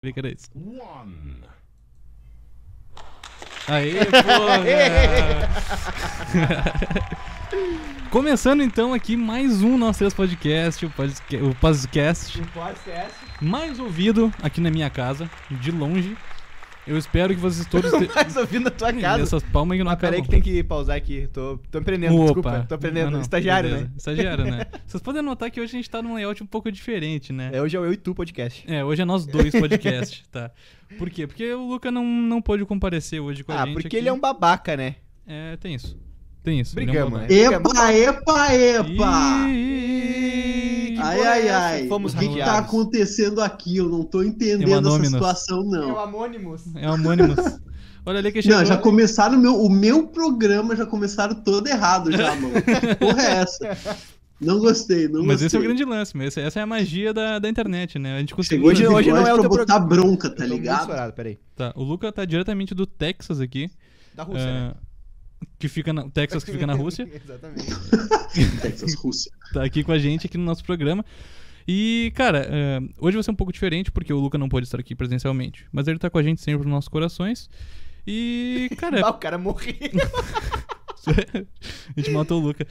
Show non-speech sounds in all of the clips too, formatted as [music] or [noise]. Brincadeira isso. One. Aê, [laughs] porra! Começando então aqui mais um Nós Três Podcast, o podca- o podcast Um podcast. [laughs] mais ouvido aqui na minha casa, de longe. Eu espero que vocês [laughs] todos te- Mais ouvindo a tua Ih, casa. Essas palmas que não Ah, peraí acabam. que tem que pausar aqui. Tô, tô empreendendo, desculpa. Tô Ah, aprendendo. não, Estagiário, beleza. né? Estagiário, [laughs] né? Vocês podem notar que hoje a gente tá num layout um pouco diferente, né? É, hoje é o Eu e Tu podcast. É, hoje é nós dois podcast, tá? Por quê? Porque o Luca não, não pôde comparecer hoje com a Ah, gente. porque aqui. ele é um babaca, né? É, tem isso. Tem isso. ele é um Brigamos, babaca. né? Epa, epa, epa! Ih, que Ai, porra é ai, essa? ai. Fomos o que, que tá hackeados. acontecendo aqui? Eu não tô É entendendo uma essa Dominus. situação, É o não. Amônimos. É o Anonymous. Olha ali que chegou. Não, já começaram o meu, o meu programa, já começaram todo errado já, [laughs] mano. Que porra é essa? Não gostei, não Mas gostei. esse é o grande lance, meu. Essa, essa é a magia da, da internet, né? A gente conseguiu. Chegou Hoje- hoje, hoje não é o pra teu botar programa. bronca, tá Eu tô muito ligado? estourado, peraí. Tá, o Luca tá diretamente do Texas aqui. Da Rússia, né? ah, Que fica na. o Texas que fica [laughs] na Rússia. Exatamente. Texas, Rússia. Tá aqui com a gente aqui no nosso programa. E, cara, ah, hoje vai ser um pouco diferente, porque o Luca não pôde estar aqui presencialmente. Mas ele tá com a gente sempre nos nossos corações. E, cara, Ah, o cara [laughs] morreu. [laughs] a gente matou o Luca.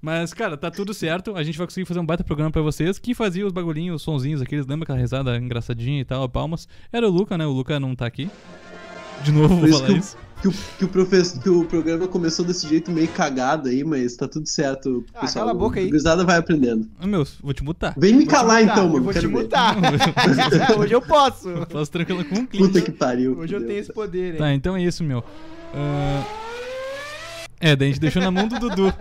Mas, cara, tá tudo certo. A gente vai conseguir fazer um baita programa pra vocês. Quem fazia os bagulhinhos, os sonzinhos aqueles, lembra aquela risada engraçadinha e tal, palmas? Era o Luca, né? O Luca não tá aqui. De novo, Por vou isso falar que eu- isso. Que o, que, o professor, que o programa começou desse jeito meio cagado aí, mas tá tudo certo, Ah, pessoal. cala a boca aí. O gurizada vai aprendendo. Ah, meu, vou te mutar. Vem me Vou te calar mutar, então, Eu mano. vou te quero ver. [laughs] mutar. [laughs] Ah, hoje eu posso. Faço tranquilo com um clique. Puta que pariu. Hoje eu fudeu. tenho esse poder, hein? Tá, então é isso, meu. Ah, É, daí a gente deixou na mão do Dudu.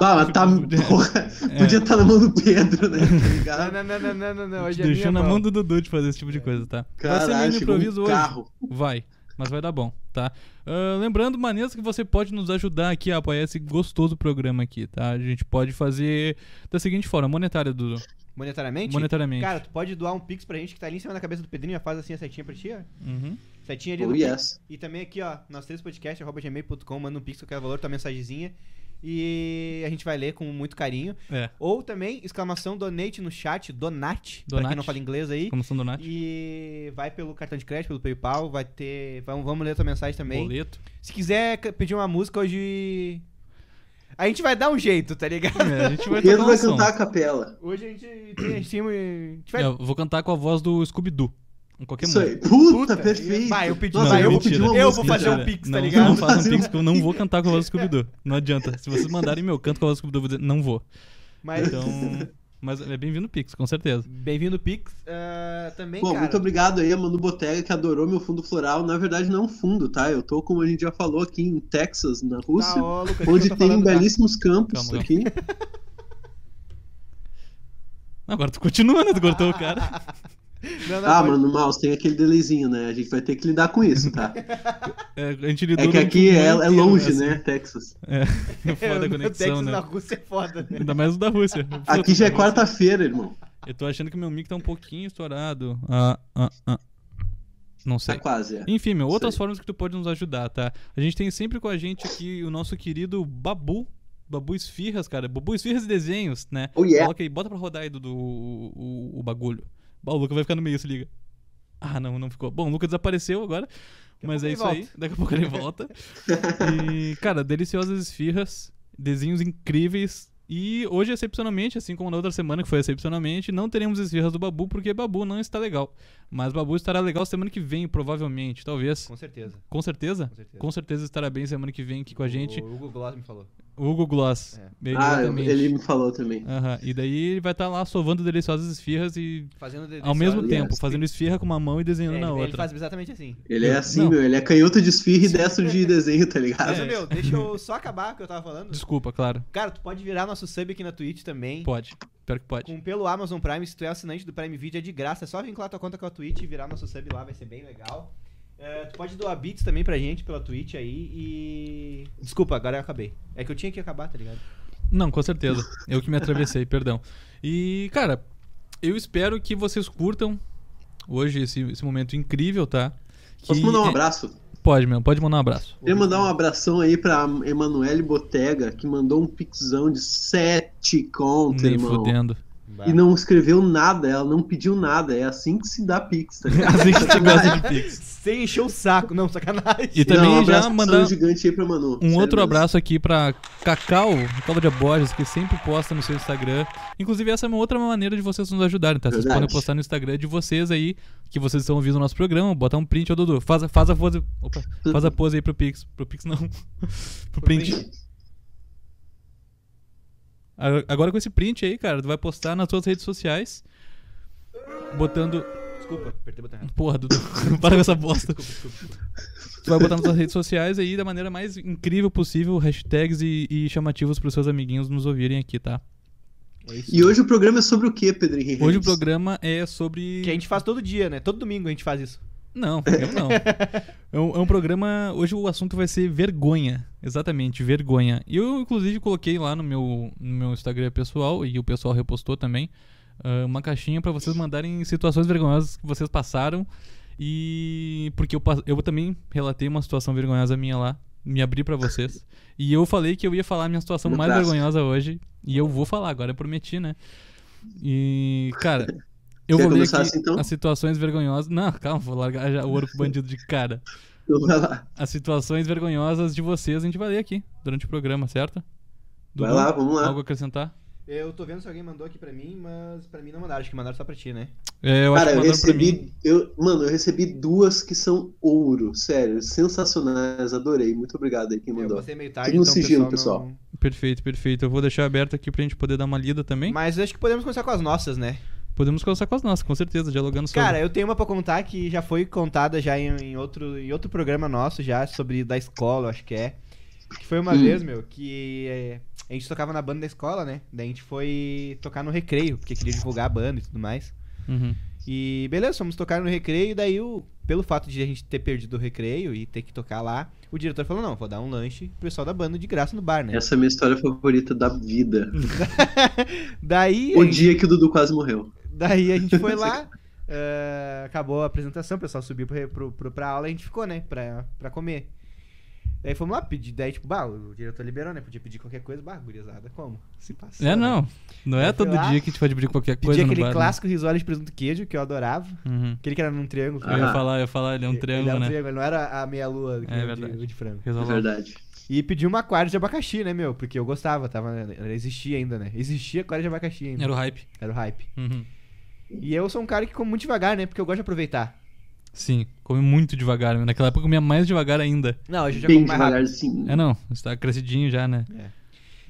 Ah, mas [laughs] tá. Podia- Porra, É. podia estar na mão do Pedro, né? Tá Não, ligado? não, não, não, não, não, não. A gente Hoje é deixou minha na mão mão. do Dudu de fazer esse tipo de coisa, tá? [laughs] vai ser meio Caralho, no chegou improviso um hoje. carro. Vai, mas vai dar bom, tá? Ah, lembrando, maneiras que você pode nos ajudar aqui a apoiar esse gostoso programa aqui, tá? A gente pode fazer da seguinte forma, monetária, Dudu. Monetariamente? Monetariamente. Cara, tu pode doar um pix pra gente que tá ali em cima da cabeça do Pedrinho, faz assim a setinha pra ti, ó. Uhum. Setinha ali Oh, no yes. E também aqui, ó, nós três podcast, arroba gmail.com, manda um pix, qualquer valor, tua mensagenzinha. E a gente vai ler com muito carinho. É, Ou também, exclamação donate no chat, donate, pra Donate. quem não fala inglês aí. como são donatos. E vai pelo cartão de crédito, pelo PayPal, vai ter. Vamos, vamos ler tua mensagem também. Boleto. Se quiser c- pedir uma música hoje. A gente vai dar um jeito, tá ligado? É, a gente vai Pedro tocar um vai som. É, cantar a capela. Hoje a gente tem assim. A gente vai. Eu vou cantar com a voz do Scooby-Doo. Em qualquer Isso música. aí. Puta, Puta, é perfeito. vai, eu pedi- Nossa, vai, eu vou mentira. pedir uma Eu vou música, fazer um cara. Mentira. pix, tá Não, ligado? Não façam Fazer um pix, que eu não vou cantar com a voz do Scooby-Doo. Não adianta. Se vocês mandarem meu canto com a voz do Scooby-Doo, eu vou dizer, não vou. Mas. Então... Mas é bem-vindo Pix, com certeza. Bem-vindo, Pix. Ah, também, Bom, cara. muito obrigado aí, a Manu Botega, que adorou meu fundo floral. Na verdade, não é um fundo, tá? Eu tô, como a gente já falou, aqui em Texas, na Rússia, Tá, ó, Lucas, o que eu onde tô tem um falando, tá? belíssimos campos Calma, aqui. Agora tu continua, né? Tu cortou o cara. Não, não, Ah, [laughs] pode- mano, Maus, tem aquele delayzinho, né? A gente vai ter que lidar com isso, [laughs] tá? É, a gente lidou É que durante aqui um é, ano é inteiro, longe, assim. né? Texas. [laughs] É [laughs] foda a meu conexão, Texas né? na Rússia é foda, né? Ainda mais o da Rússia. Puta, Aqui já é da Rússia. quarta-feira, irmão. Eu tô achando que meu mic tá um pouquinho estourado. Ah, ah, ah. Não Tá sei. quase, é. Enfim, meu, outras Sei. formas que tu pode nos ajudar, tá? A gente tem sempre com a gente aqui o nosso querido Babu. Babu Esfirras, cara. Babu Esfirras e Desenhos, né? Oh, yeah. Coloca aí, bota pra rodar aí do, o, o, o bagulho. Bah, o Luca vai ficar no meio, se liga. Ah, não, não ficou. Bom, o Luca desapareceu agora. a mas pouco é ele isso aí. volta. Daqui a pouco ele volta. e, cara, deliciosas esfirras, desenhos incríveis. E hoje, excepcionalmente, assim como na outra semana, que foi excepcionalmente, não teremos esfirras do Babu, porque Babu não está legal. Mas Babu estará legal semana que vem, provavelmente, talvez. Com certeza, Com certeza? com certeza. Com certeza estará bem semana que vem aqui com a gente. O Hugo Gloss me falou. O Hugo Gloss. É. Ah, exatamente. ele me falou também. Aham, E daí ele vai estar lá sovando deliciosas esfirras e Fazendo de- ao mesmo de- Aliás, tempo, fazendo esfirra com uma mão e É, desenhando ele, na ele outra. faz exatamente assim. Ele é Não. É, assim, meu. Ele é canhoto de esfirra e destro de desenho, tá Mas, ô, ligado? meu, deixa eu só acabar o que eu tava falando. Desculpa, claro. Cara, tu pode virar nosso sub aqui na Twitch também. Pode. Pior que pode. Com, pelo Amazon Prime, se tu é assinante do Prime Video, é de graça. É só vincular tua conta com a Twitch e virar nosso sub lá, vai ser bem legal. É, tu pode doar bits também pra gente pela Twitch aí e. Desculpa, agora eu acabei. É que eu tinha que acabar, tá ligado? Não, com certeza. Eu que me atravessei, [laughs] perdão. E, cara, eu espero que vocês curtam hoje esse, esse momento incrível, tá? Que- Posso mandar um é- abraço? Pode, meu. Pode mandar um abraço. Queria mandar um abração aí pra Emanuele Botega, que mandou um pixão de 7 conto, Nem irmão. [laughs] fudendo. Bah. e não escreveu nada, ela não pediu nada. É assim que se dá Pix, tá [laughs] ligado? Assim que você gosta de Pix. Sem encher o saco. Não, sacanagem. E também Não, um já abraço mandar gigante aí pra Manu. um sério outro é mesmo. abraço aqui pra Cacau, Cacau de Borges, que sempre posta no seu Instagram. Inclusive, essa é uma outra maneira de vocês nos ajudarem, tá? Vocês Verdade. podem postar no Instagram de vocês aí, que vocês estão ouvindo o nosso programa, botar um print, ô Dudu, faz, a- faz a pose. Opa, faz a pose aí pro Pix. Pro Pix não. [laughs] pro print. A- Agora com esse print aí, cara, tu vai postar nas tuas redes sociais. Botando. Desculpa, apertei o botão errado. Porra, Dudu, [laughs] para com essa bosta. Desculpa, desculpa. Tu vai botar nas tuas redes sociais aí da maneira mais incrível possível, hashtags e, e chamativos pros seus amiguinhos nos ouvirem aqui, tá? É isso. E hoje o programa é sobre o que, Pedro Henrique? Hoje o Reis? programa é sobre. Que a gente faz todo dia, né? Todo domingo a gente faz isso. Não, eu não. É um, é um programa. Hoje o assunto vai ser vergonha. Exatamente, vergonha. E eu, inclusive, coloquei lá no meu, no meu Instagram pessoal, e o pessoal repostou também, ah, uma caixinha pra vocês mandarem situações vergonhosas que vocês passaram. E. Porque eu, pas- eu também relatei uma situação vergonhosa minha lá. Me abri pra vocês. E eu falei que eu ia falar a minha situação Um mais abraço. vergonhosa hoje. E eu vou falar agora, eu prometi, né? E, [laughs] cara, eu Quer vou ler aqui começar assim, então? as situações vergonhosas. Não, calma, vou largar já o ouro pro bandido de cara. Então [laughs] vai lá, As situações vergonhosas de vocês a gente vai ler aqui durante o programa, certo? vai Dudu, lá, vamos lá. Algo a acrescentar? Eu tô vendo se alguém mandou aqui pra mim, mas pra mim não mandaram. Acho que mandaram só pra ti, né? É, eu Cara, acho eu que mandaram pra mim. recebi. Eu, mano, eu recebi duas que são ouro, sério, sensacionais, adorei. Muito obrigado aí quem Eu mandou. passei meio tarde, Tudo no então o sigilo, pessoal não- Perfeito, perfeito. Eu vou deixar aberto aqui pra gente poder dar uma lida também. Mas acho que podemos começar com as nossas, né? Podemos conversar com as nossas, com certeza, dialogando sobre. Cara, eu tenho uma pra contar que já foi contada já em, em outro, em outro programa nosso, já, sobre da escola, eu acho que é. Que foi uma Hum. vez, meu, que é, a gente tocava na banda da escola, né? Daí a gente foi tocar no recreio, porque queria divulgar a banda e tudo mais. Uhum. E beleza, fomos tocar no recreio, e daí o, pelo fato de a gente ter perdido o recreio e ter que tocar lá, o diretor falou, não, vou dar um lanche pro pessoal da banda de graça no bar, né? Essa é a minha história favorita da vida. Daí. a O gente- dia que o Dudu quase morreu. Daí a gente foi lá, eh, acabou a apresentação, o pessoal subiu pro, pro, pro, pra aula e a gente ficou, né, pra, pra comer. Daí fomos lá pedir, daí tipo, bah, o diretor liberou, né, podia pedir qualquer coisa, bah, gurizada, como? Se passou, É, né? não. Não é Eu fui todo lá, dia que a gente pode abrir qualquer Pedi coisa no aquele bar. né? clássico risório de presunto e queijo, que eu adorava, Uhum. aquele que era num triângulo. Eu ia Ah. falar, eu ia falar, ele é um ele triângulo, era um né? triângulo, não era a meia-lua que É nem o de- verdade. o de frango. É Resolve. verdade. E pedi uma quadra de abacaxi, né, meu, porque eu gostava, tava, existia ainda, né, existia quadra de abacaxi ainda, Era o hype. era o hype. Uhum. E eu sou um cara que come muito devagar, né, porque eu gosto de aproveitar. Sim, come muito devagar. meu. Naquela época eu comia mais devagar ainda. Não, hoje eu já Bem como mais rápido. devagarzinho. É não, está crescidinho já, né?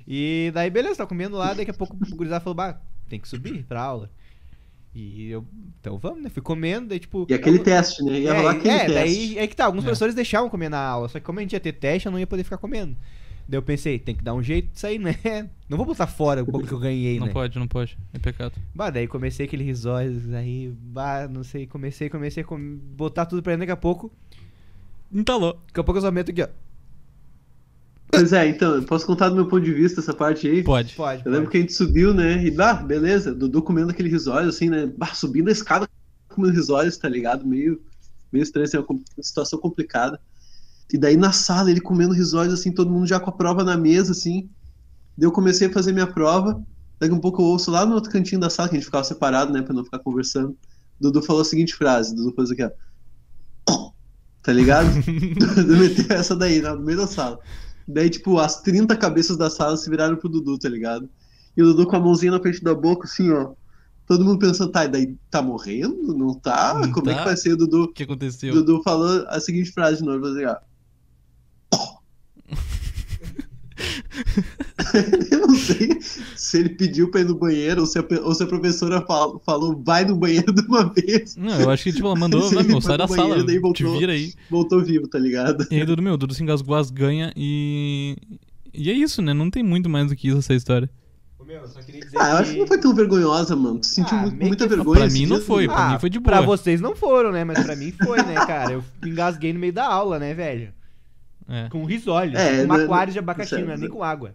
E daí, beleza, tá comendo lá, daqui a pouco o gurizada falou, bah, tem que subir pra aula. E eu, então vamos, né? Fui comendo, daí tipo. E aquele algum- teste, né? Ia é, rolar aquele é, teste. daí é que tá, alguns É. professores deixavam comer na aula, só que como a gente ia ter teste, eu não ia poder ficar comendo. Daí eu pensei, tem que dar um jeito disso aí, né? [laughs] Não vou botar fora o pouco que eu ganhei, Não né? pode, não pode. É [laughs] pecado. Bah, daí comecei aquele risório, aí, bah, não sei, comecei, comecei a com- botar tudo pra dentro, daqui a pouco. Entalou. Daqui a pouco eu só meto aqui, ó. Pois é, então, eu posso contar do meu ponto de vista essa parte aí? Pode. Pode. Eu lembro pode. que a gente subiu, né? E bah, beleza, Dudu comendo aquele risório, assim, né? Bah, subindo a escada comendo risórios, tá ligado? Meio, meio estranho, assim, uma com- situação complicada. E daí na sala, ele comendo risórios, assim, todo mundo já com a prova na mesa, assim. Daí eu comecei a fazer minha prova. Daqui a um pouco eu ouço lá no outro cantinho da sala, que a gente ficava separado, né? Pra não ficar conversando. Dudu falou a seguinte frase: Dudu fez aqui, ó. [laughs] Tá ligado? Dudu meteu essa daí, lá no meio da sala. Daí, tipo, as 30 cabeças da sala se viraram pro Dudu, tá ligado? E o Dudu com a mãozinha na frente da boca, assim, ó. Todo mundo pensando, tá, e daí tá morrendo? Não tá? Não Como é tá? que vai ser o Dudu? O que aconteceu? Dudu falou a seguinte frase de novo, [laughs] assim, ó. Eu não sei se ele pediu pra ir no banheiro ou se a, pe- ou se a professora fal- falou, vai no banheiro de uma vez. Não, eu acho que, tipo, ela mandou, Sim, "Ah, meu, foi sai da no banheiro, sala, daí te voltou. vira aí. Voltou vivo, tá ligado? E aí, Dudu, meu, Dudu se engasgou as ganhas e... E é isso, né? Não tem muito mais do que isso essa história. Ô, meu, eu só queria dizer Ah, eu acho que que- não foi tão vergonhosa, mano. Tu sentiu Ah, muito- meio muita que- vergonha. Pra esses mim não dias, foi, né? pra mim foi de boa. Pra vocês não foram, né? Mas pra mim foi, né, cara? Eu engasguei no meio da aula, né, velho? [laughs] É. Com risório, É, com né, aquário de abacaxi, certo, não era nem certo. com água.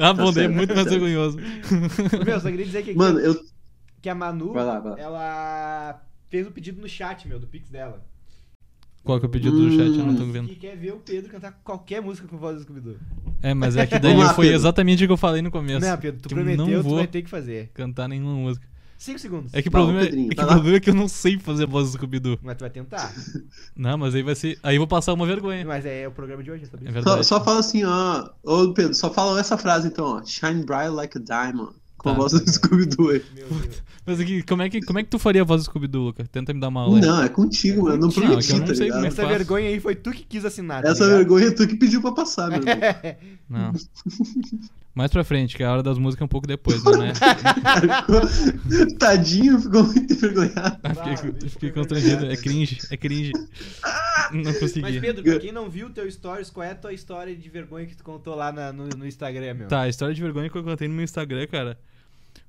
Ah, bom, daí é certo, muito tá mais certo. vergonhoso. Meu, só queria dizer né? que, Mano, eu. que a Manu, um Vai lá, vai lá. ela fez o pedido no chat, meu, do Pix dela. Qual que é o pedido do chat? Eu não tô Hum. vendo. Que quer ver o Pedro cantar qualquer música com voz do Scooby-Doo. É, mas é que daí Vamos lá, foi Pedro. Né? exatamente o que eu falei no começo. Não, Pedro, tu que eu prometeu, não tu vou vai ter que fazer. cantar nenhuma música. Cinco segundos. É que o Vai, problema, é, Tá Pedrinho, é que, vai o lá. problema é que eu não sei fazer a voz do Scooby-Doo. Mas tu vai [laughs] tentar. Não, mas aí vai ser. Aí eu vou passar uma vergonha. Mas é, o programa de hoje, é sobre É isso. Só, verdade. só fala assim, ó. Ô, Pedro, só fala essa frase então, ó. Shine bright like a diamond. Com Tá. a voz do Scooby-Doo aí. Meu Deus. Mas aqui, como é que, como é que tu faria a voz do Scooby-Doo, Luca? Tenta me dar uma aula. aí. Não, é contigo, mano. Não, Não é que eu prometi, não tá sei como é ligado? que Essa faço. vergonha aí foi tu que quis assinar. tá Essa ligado? vergonha tu que pediu pra passar, meu irmão. [laughs] Não. Mais pra frente, que é a hora das músicas é um pouco [laughs] depois, né? né? Ficou- Tadinho, ficou muito envergonhado. Ah, bicho, fiquei, fiquei foi constrangido. vergonha. É cringe, é cringe. Não Mas, consegui. Pedro, pra quem não viu o teu stories, qual é a tua história de vergonha que tu contou lá na- no, no Instagram, meu? Tá, a história de vergonha que eu contei no meu Instagram, cara,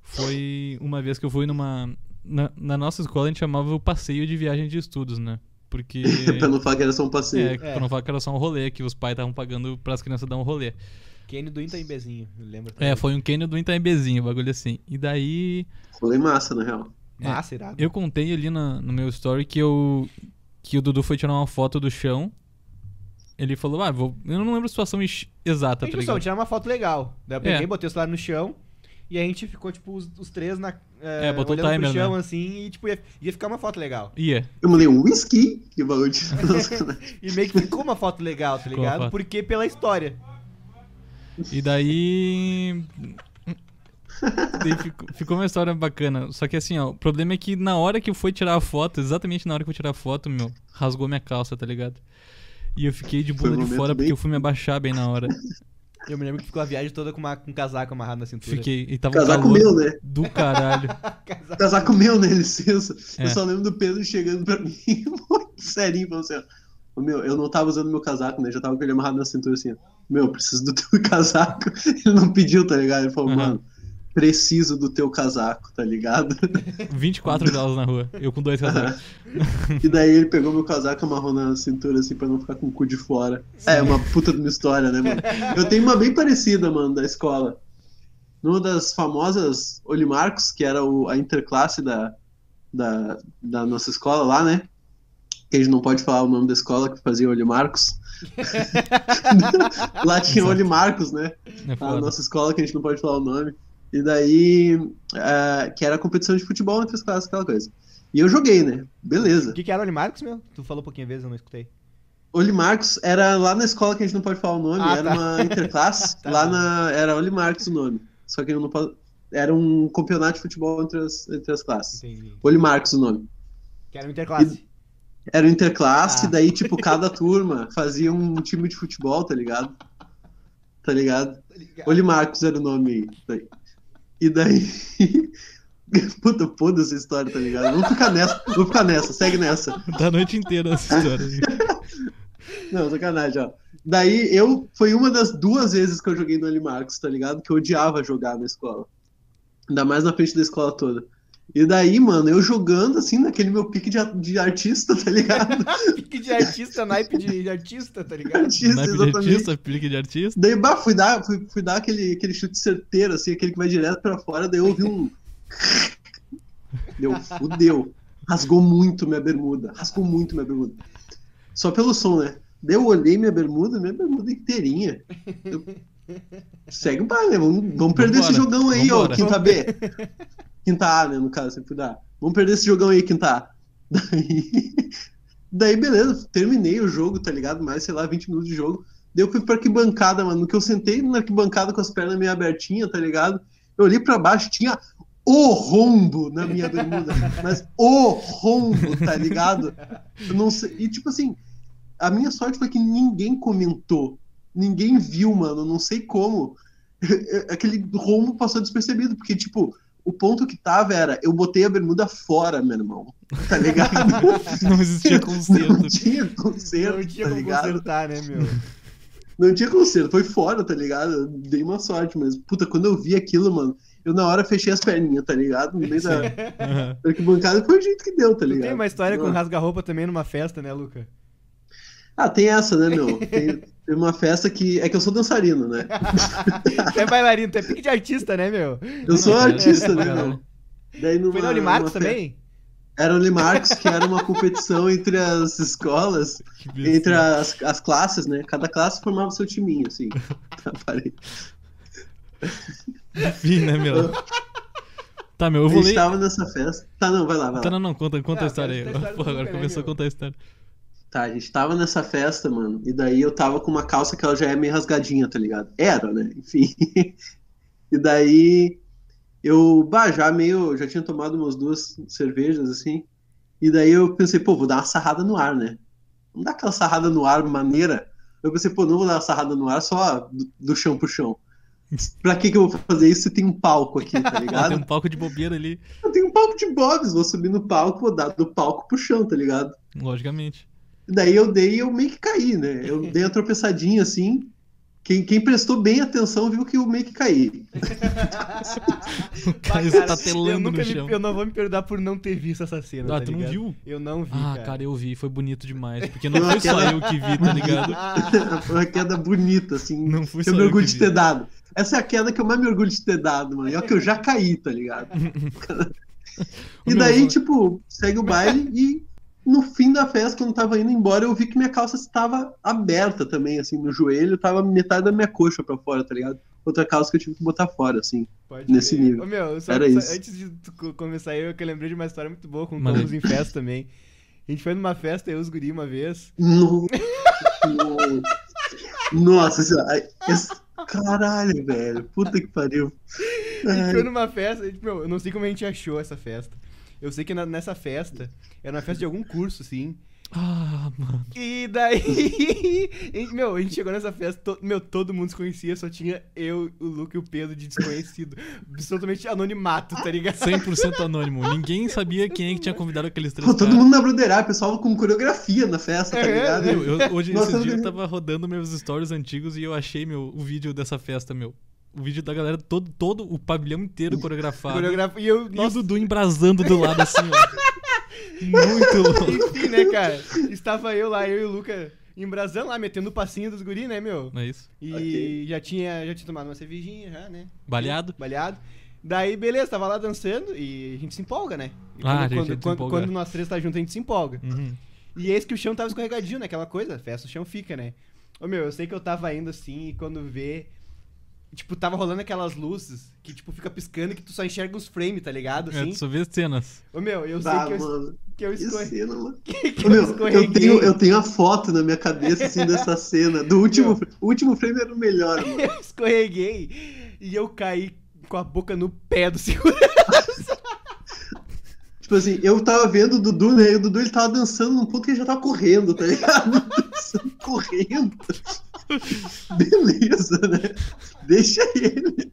foi uma vez que eu fui numa. Na, na nossa escola a gente chamava o passeio de viagem de estudos, né? [laughs] Porque. pra não falar que era só um passeio. É, pra não falar que era só um rolê, que os pais estavam pagando pras crianças dar um rolê. Kenny do Intaimbezinho, lembra? É, foi um Canyon do Itaimbezinho, bagulho assim. E daí Rolei massa, na real. Massa, irado. eu contei ali na- no meu story que eu. que o Dudu foi tirar uma foto do chão. Ele falou, ah, vou. Eu não lembro a situação ex- exata, Gente, tá não só, ligado? tirar uma foto legal. Daí eu peguei, É. botei o celular no chão. E a gente ficou, tipo, os, os três na. É, botou o olhando pro timer, chão, assim, e, tipo, ia, ia ficar uma foto legal. Ia. Eu mandei um whisky e o bagulho [laughs] de... [laughs] Nossa, né? E meio que ficou uma foto legal, tá Ficou uma ligado? foto. Porque pela história. E daí. [laughs] daí ficou, ficou uma história bacana. Só que assim, ó, o problema é que na hora que eu fui tirar a foto, exatamente na hora que eu fui tirar a foto, meu, rasgou minha calça, tá ligado? E eu fiquei de Foi um bunda de momento fora porque bem- eu fui me abaixar bem na hora. Eu me lembro que ficou a viagem toda com, uma, com um casaco amarrado na cintura. Fiquei. E tava um Casaco calor meu, né? do caralho. [laughs] Casaco. Casaco meu, né? Licença. É. Eu só lembro do Pedro chegando pra [laughs] mim, muito serinho, falando assim, ó. "Ô, Meu, eu não tava usando meu casaco, né? Já tava com ele amarrado na cintura assim, ó. Meu, preciso do [laughs] teu casaco. Ele não pediu, tá ligado? Ele falou, Aham. mano, preciso do teu casaco, tá ligado? 24 graus na rua. Eu com dois casacos. E daí ele pegou meu casaco, amarrou na cintura, assim, pra não ficar com o cu de fora. É, uma puta de uma história, né, mano? Eu tenho uma bem parecida, mano, da escola. Numa das famosas Olimarcos, que era o- a interclasse da, da, da nossa escola lá, né? Que a gente não pode falar o nome da escola que fazia [laughs] Olimarcos. lá tinha Exato. Olimarcos, né? É a foda. nossa escola, que a gente não pode falar o nome. E daí, ah, que era a competição de futebol entre as classes, aquela coisa. E eu joguei, né? Beleza. O que, que era o Marcos, meu? Tu falou pouquinha vezes, eu não escutei. Olimarcos era lá na escola que a gente não pode falar o nome, Ah, era tá. uma interclasse, [laughs] Tá. lá na. Era Olimarcos o nome. Só que eu não posso. Era um campeonato de futebol entre as, entre as classes. Entendi. Olimarcos o nome. Que era o Interclasse. Era o interclasse, Ah. daí, [laughs] tipo, cada turma fazia um time de futebol, tá ligado? Tá ligado? [laughs] Olimarcos era o nome. aí. E daí. [laughs] Puta, foda essa história, tá ligado? Vamos ficar nessa, vamos ficar nessa, segue nessa. Da noite inteira [laughs] essa história. Não, sacanagem, ó. Daí eu foi uma das duas vezes que eu joguei no Alimarcos, tá ligado? Que eu odiava jogar na escola. Ainda mais na frente da escola toda. E daí, mano, eu jogando assim, naquele meu pique de, a- de artista, [laughs] tá ligado? Pique de artista, naipe de artista, tá ligado? Artista, Naipe de exatamente. é artista, pique de artista. Daí, bah, fui dar, fui, fui dar aquele, aquele chute certeiro, assim, aquele que vai direto pra fora, daí eu ouvi um. Deu, fudeu. Rasgou muito minha bermuda. Rasgou muito minha bermuda. Só pelo som, né? Daí eu olhei minha bermuda, minha bermuda inteirinha. Eu- Segue o baile, né? Vamos, vamos perder esse Vambora, jogão aí, vambora. ô, quinta B. Quinta A, né, no caso, sempre dá. Vamos perder esse jogão aí, quinta A. Daí, daí, beleza, terminei o jogo, tá ligado? Mais, sei lá, 20 minutos de jogo. Daí eu fui pra arquibancada, mano. No que eu sentei na arquibancada com as pernas meio abertinhas, tá ligado? Eu olhei pra baixo, tinha o rombo na minha [laughs] bermuda. Mas o rombo, tá ligado? Eu não sei. E tipo assim, a minha sorte foi que ninguém comentou. Ninguém viu, mano. Não sei como. [laughs] Aquele rombo passou despercebido, porque, tipo, o ponto que tava era, eu botei a bermuda fora, meu irmão. Tá [laughs] ligado? Não [laughs] existia conserto. Não tinha conserto, Não tinha tá como ligado? consertar, né, meu? Não tinha conserto, foi fora, tá ligado? Eu dei uma sorte, mas, puta, quando eu vi aquilo, mano, eu na hora fechei as perninhas, tá ligado? No meio da Aham. da arquibancada foi o jeito que deu, tá Tu ligado? tem uma história com Ah. rasga-roupa também numa festa, né, Luca? Ah, tem essa, né, [laughs] meu? Tem, tem uma festa que. É que eu sou dançarino, né? Tu é bailarino, tu é pique de artista, né, meu? Eu sou Não, artista, é, né, cara. meu? Daí numa, Foi na numa Unimarcos fe- também? Era o Limarcos, que era uma competição entre as escolas, Que entre besta. as, as classes, né? Cada classe formava seu timinho, assim. na parede. [laughs] Enfim, né, meu? Tá, meu, eu A vou gente ler. tava nessa festa. Tá, não, vai lá, vai Tá, lá. não, não, conta, conta Ah, a história aí. cara, essa história Pô, do agora Zucker, né, começou a meu? contar a história. Tá, a gente tava nessa festa, mano, e daí eu tava com uma calça que ela já é meio rasgadinha, tá ligado? Era, né? [laughs] Enfim. E daí eu, bah, já meio, já tinha tomado umas duas cervejas, assim. E daí eu pensei, pô, vou dar uma sarrada no ar, né? Não dá aquela sarrada no ar maneira. Eu pensei, pô, não vou dar uma sarrada no ar só do, do chão pro chão. Pra que que eu vou fazer isso se tem um palco aqui, tá Ah, tem ligado? um palco de bobeira ali, Eu tenho um palco de bobs, vou subir no palco, vou dar do palco pro chão, tá ligado? logicamente. Daí eu dei e eu meio que caí, né? Eu dei uma tropeçadinha assim. Quem, quem prestou bem atenção viu que eu meio que caí. [laughs] [laughs] O cara Bah, cara, estatelando eu nunca no me- chão. eu não vou me perdoar por não ter visto essa cena. Ah, tá tu não ligado? viu? Eu não vi. Ah, cara. cara, eu vi, foi bonito demais. Porque não foi só eu que [laughs] vi, tá ligado? [laughs] Foi uma queda bonita, assim. Não foi só eu me eu que orgulho de ter vi. dado. Essa é a queda que eu mais me orgulho de ter dado, mano. E olha que eu já caí, tá ligado? Ô, E meu, daí, vou- tipo, segue o baile e no fim da festa, quando eu tava indo embora, eu vi que minha calça estava aberta também, assim, no joelho, tava metade da minha coxa pra fora, tá ligado? Outra calça que eu tive que botar fora, assim. Pode Nesse crer. nível. Ô, meu, só, Era só- isso. antes de tu co- começar eu, que eu lembrei de uma história muito boa com Manda todos em festa também. A gente foi numa festa, eu e os guri uma vez. No... no- Nossa senhora. ai, esse- Caralho, velho. Puta que pariu. A gente foi numa festa, a gente- meu, eu não sei como a gente achou essa festa. Eu sei que na- nessa festa, era uma festa de algum curso, sim. Ah, mano. E daí, [laughs] a gente- meu, a gente chegou nessa festa, to- meu, todo mundo se conhecia, só tinha eu, o Luke e o Pedro de desconhecido. Absolutamente anonimato, tá ligado? 100% anônimo. Ninguém sabia quem é que tinha convidado aqueles três Pô, todo caras. mundo na broderá, pessoal com coreografia na festa, tá Então, tá. É, ligado? Meu, [laughs] eu- hoje, Nossa, esses eu dias, eu não- tava rodando meus stories antigos e eu achei, meu, o vídeo dessa festa, meu. O vídeo da galera, todo, todo o pavilhão inteiro coreografado. Coreografo, e eu, E o nossa, Dudu embrasando do lado, assim, ó. [laughs] Muito louco. Enfim, né, cara? Estava eu lá, eu e o Luca em Brasão lá, metendo o passinho dos guri, né, meu? Não é isso? E Ok. já, tinha, já tinha tomado uma cervejinha, já, né? Baleado? Baleado. Daí, beleza, tava lá dançando e a gente se empolga, né? E Ah, a gente quando, se quando, empolga. quando nós três tá junto, a gente se empolga. Uhum. E eis que o chão tava escorregadio, né? Aquela coisa, festa, o chão fica, né? Ô, meu, eu sei que eu tava indo assim e quando vê... Tipo, tava rolando aquelas luzes que, tipo, fica piscando e que tu só enxerga os frames, tá ligado? É, Assim. tu só vê as cenas. Ô, meu, eu sei Bah, que eu, mano, que eu que [laughs] escorre... cena, mano. [laughs] que eu Meu, eu, escorreguei. tenho, eu tenho a foto na minha cabeça, assim, dessa cena. Do último, Meu. o último frame era o melhor, mano. Eu [laughs] escorreguei e eu caí com a boca no pé do [laughs] segurança. Tipo assim, eu tava vendo o Dudu, né? E o Dudu ele tava dançando num ponto que ele já tava correndo, tá ligado? [laughs] Dançando, correndo. [laughs] Beleza, né? Deixa ele.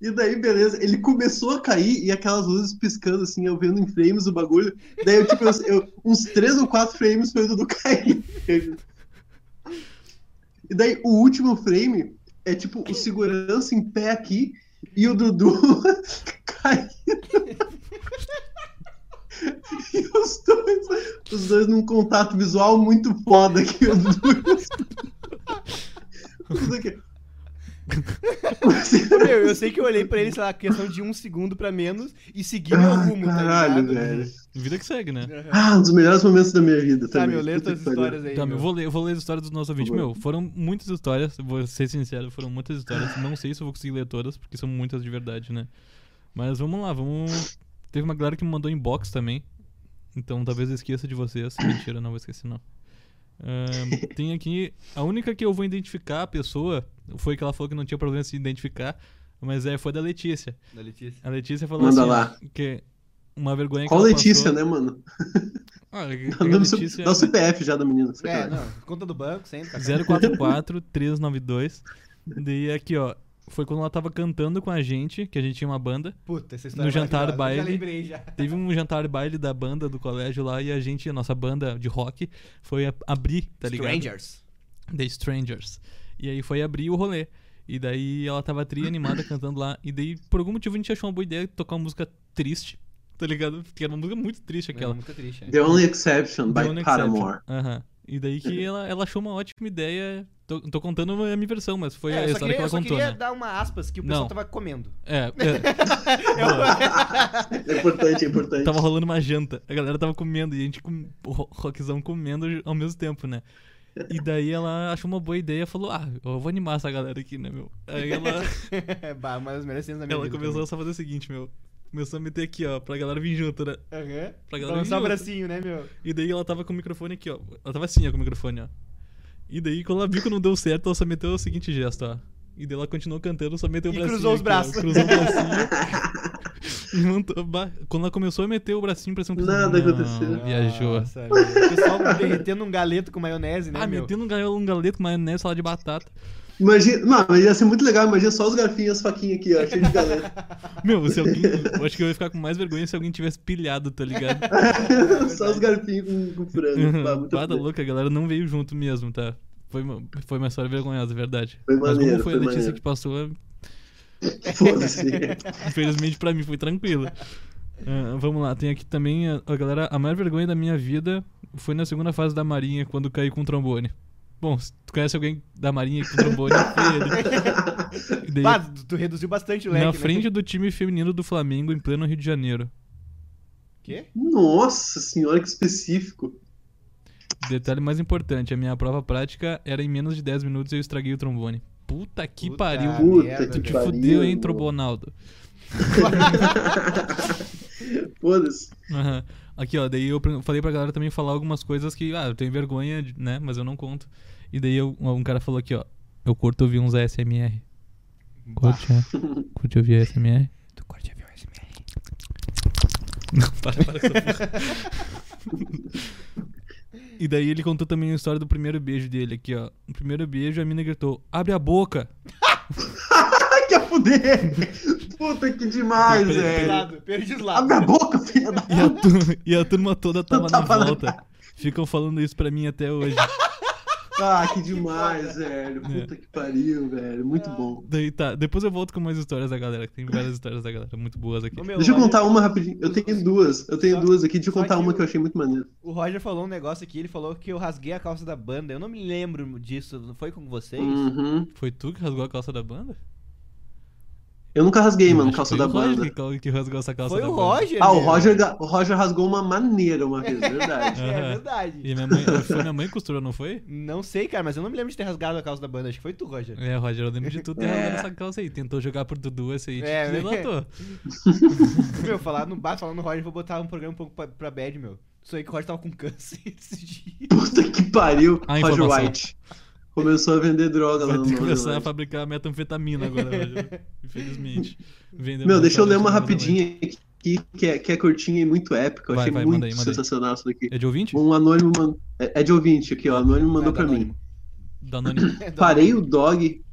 E daí, beleza, ele começou a cair e aquelas luzes piscando, assim, eu vendo em frames o bagulho. Daí, eu, tipo, eu- eu- uns três ou quatro frames foi o Dudu [laughs] cair. E daí, o último frame é, tipo, o segurança em pé aqui e o Dudu [laughs] caindo. [laughs] E os dois, os dois num contato visual muito foda aqui. Os [laughs] dois. Os dois aqui. Ô, Meu, eu sei que eu olhei pra ele, sei lá, questão de um segundo pra menos e segui meu Ah, rumo, caralho, tá ligado? velho. Vida que segue, né? Aham. Ah, um dos melhores momentos da minha vida Tá, também. meu, lê Puta tuas que pariu. histórias aí. Tá, meu, meu. eu vou ler, eu vou ler as histórias dos nossos ouvintes. Por favor. Meu, foram muitas histórias, vou ser sincero, foram muitas histórias. Não sei se eu vou conseguir ler todas, porque são muitas de verdade, né? Mas vamos lá, vamos. Teve uma galera que me mandou inbox também. Então talvez eu esqueça de vocês. [coughs] Mentira, não vou esquecer, não. Ahn, tem aqui. A única que eu vou identificar a pessoa foi que ela falou que não tinha problema em se identificar. Mas é, foi da Letícia. Da Letícia. A Letícia falou Manda assim: lá. que uma vergonha Qual que ela Letícia, passou... né, mano? Ah, a [laughs] Dá o Letícia Dá um o CPF já da menina. né? É, sacanagem. não, conta do banco, sempre. cara. 044 392. Daí aqui, ó. Foi quando ela tava cantando com a gente, que a gente tinha uma banda. Puta, essa história é No jantar, maravilhosa, baile. Já lembrei, já. Teve um jantar e baile da banda do colégio lá e a gente, a nossa banda de rock, foi a- abrir, tá ligado? Strangers. The Strangers. E aí foi abrir o rolê. E daí ela tava tri animada cantando lá. E daí, por algum motivo, a gente achou uma boa ideia tocar uma música triste, tá ligado? Porque era uma música muito triste Aquela. aquela. Muito triste, né? The Only Exception by The Only Paramore. Exception. Aham. E daí que ela, ela achou uma ótima ideia. Tô, tô contando a minha versão, mas foi É, a eu só história queria, que eu ela só contou, queria né? dar uma aspas que o pessoal Não. tava comendo. É, é, É importante, é importante. Então- Tava rolando uma janta. A galera tava comendo e a gente com o Ro- Rockzão comendo ao mesmo tempo, né? E daí ela achou uma boa ideia e falou: Ah, eu vou animar essa galera aqui, né, meu? Aí [laughs] ela, [laughs] bah, uma das melhores cenas da minha ela vida. começou só a fazer o seguinte, meu. Começou a meter aqui, ó, pra galera vir junto, né? também. Aham. Pra Pra galera lançar um junto. bracinho, né, meu? E daí ela tava com o microfone aqui, ó. Ela tava assim, ó, com o microfone, ó. E daí, quando ela viu que não deu certo, ela só meteu o seguinte gesto, ó. E daí ela continuou cantando, só meteu o E bracinho. cruzou os aqui, ó. braços. Cruzou o [laughs] bracinho. e mantou, bah, quando ela começou a meter o bracinho pra cima Nada "Não, aconteceu." Viajou. Nossa, meu. O pessoal derretendo um galeto com maionese, né, Ah, meu? metendo um galeto, um galeto com maionese, salada de batata. Imagina, não, mas ia ser muito legal, imagina só os garfinhos e as faquinhas aqui, ó, cheio de [laughs] galera. [laughs] Meu, se alguém. Eu acho que eu ia ficar com mais vergonha se alguém tivesse pilhado, tá [laughs] ligado? só os garfinhos com, com Uhum. frango. Pá, muito Bada bom. louca, a galera não veio junto mesmo, tá? Foi uma, foi uma história vergonhosa, é verdade. Foi Mas maneiro, como foi, a foi Letícia maneiro. que passou, Foda-se. infelizmente pra mim foi tranquila. Ah, vamos lá, tem aqui também a, a galera. A maior vergonha da minha vida foi na segunda fase da Marinha, quando caí com um trombone. Bom, se tu conhece alguém da Marinha com trombone, foi [laughs] ele. E daí- Bah, tu, tu reduziu bastante o leque, na né? frente do time feminino do Flamengo em pleno Rio de Janeiro. Quê? Nossa senhora, que específico. Detalhe mais importante, a minha prova prática era em menos de 10 minutos e eu estraguei o trombone. Puta que Puta pariu. Ah, Puta merda, que Te pariu. fudeu, hein, mano. Trombonaldo. Foda-se. Aham. Aqui, ó, daí eu pre- falei pra galera também falar algumas coisas que, ah, eu tenho vergonha, de- né, mas eu não conto. E daí eu- um cara falou aqui, ó, eu curto ouvir uns ASMR. Bah. Curte, né? curte ouvir ASMR. Tu curte avião SMR? Não, para, para com essa porra. E daí ele contou também a história do primeiro beijo dele aqui, ó. No primeiro beijo, a mina gritou, abre a boca. Ai, que a fuder. [laughs] Puta que demais, Peraí, Perdi os velho. lados, perdi os é. Abre a lados. boca, filha [laughs] da... E a, tu- e a turma toda tava na Tava na- volta. [laughs] Ficam falando isso pra mim até hoje. Ah, [laughs] que demais, velho. É. Puta que pariu, velho. Muito bom. Daí tá, depois eu volto com mais histórias da galera, que tem várias histórias da galera muito boas aqui. Ô, meu, Deixa eu olha, contar uma rapidinho. Eu tenho duas. Eu tenho Só- duas aqui. Deixa eu só contar que uma o- que eu achei muito maneira. O Roger falou um negócio aqui, ele falou que eu rasguei a calça da banda. Eu não me lembro disso, não foi com vocês? Uhum. Foi tu que rasgou a calça da banda? Eu nunca rasguei, mano, Acho que calça foi da o Roger banda. que né? cal- que rasgou essa calça Foi da o banda. Roger. Ah, o meu. Roger, ga- o Roger rasgou uma maneira uma [laughs] vez, verdade. É Aham. verdade. E minha mãe, foi minha mãe que costurou, não foi? Não sei, cara, mas eu não me lembro de ter rasgado a calça da banda. Acho que foi tu, [laughs] Roger. É, Roger, eu lembro de tu ter É. rasgado essa calça aí. Tentou jogar pro Dudu essa aí, te É, né? [laughs] delatou. meu, falar no bar, falar no Roger, eu vou botar um programa um pouco pra, pra bad, meu. Sonhei que o Roger tava com câncer [laughs] esse dia. Puta que pariu, A Roger informação. White. Começou a vender droga lá Vai no ter que Roger começar a White. fabricar metanfetamina agora, [laughs] Roger. Infelizmente. Vendendo Meu, deixa eu ler uma metanfetamina na rapidinha aqui, que é, que é curtinha e muito épica. Eu Vai, achei vai, muito manda aí, manda aí. sensacional isso daqui. net. É de ouvinte? Um anônimo mandou. É é de ouvinte aqui, ó. Anônimo mandou Ah, pra mim. Danone. Da Noni. [laughs] É, Danone. Parei o dog.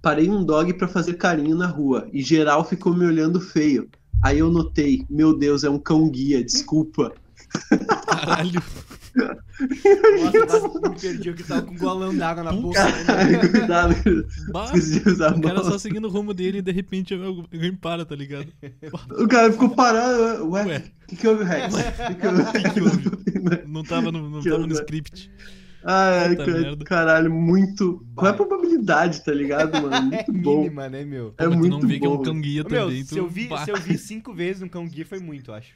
Parei um dog pra fazer carinho na rua. E geral ficou me olhando feio. Aí eu notei, meu Deus, é um cão guia, desculpa. [laughs] Caralho. Nossa, eu quase me perdi, eu que tava com um golão d'água na boca. né, Ai, Cuidado, Bah, esqueci de usar a o cara mão. só seguindo o rumo dele e de repente alguém para, tá ligado? O cara ficou parado. Ué, Ué. o que, que houve, Rex? Que que houve? [laughs] Que que [laughs] houve? Não tava no, não Que tava no horror. script. Ai, Puta cara- merda. caralho, muito. Qual é a Vai. probabilidade, tá [laughs] ligado, mano? meu? Muito É bom. mínima, né, meu? É Mas tu muito não vê que é um bom. cão guia Ô, Meu, também. tu- se eu, vi, bah. se eu vi cinco vezes um cão guia, foi muito, eu acho.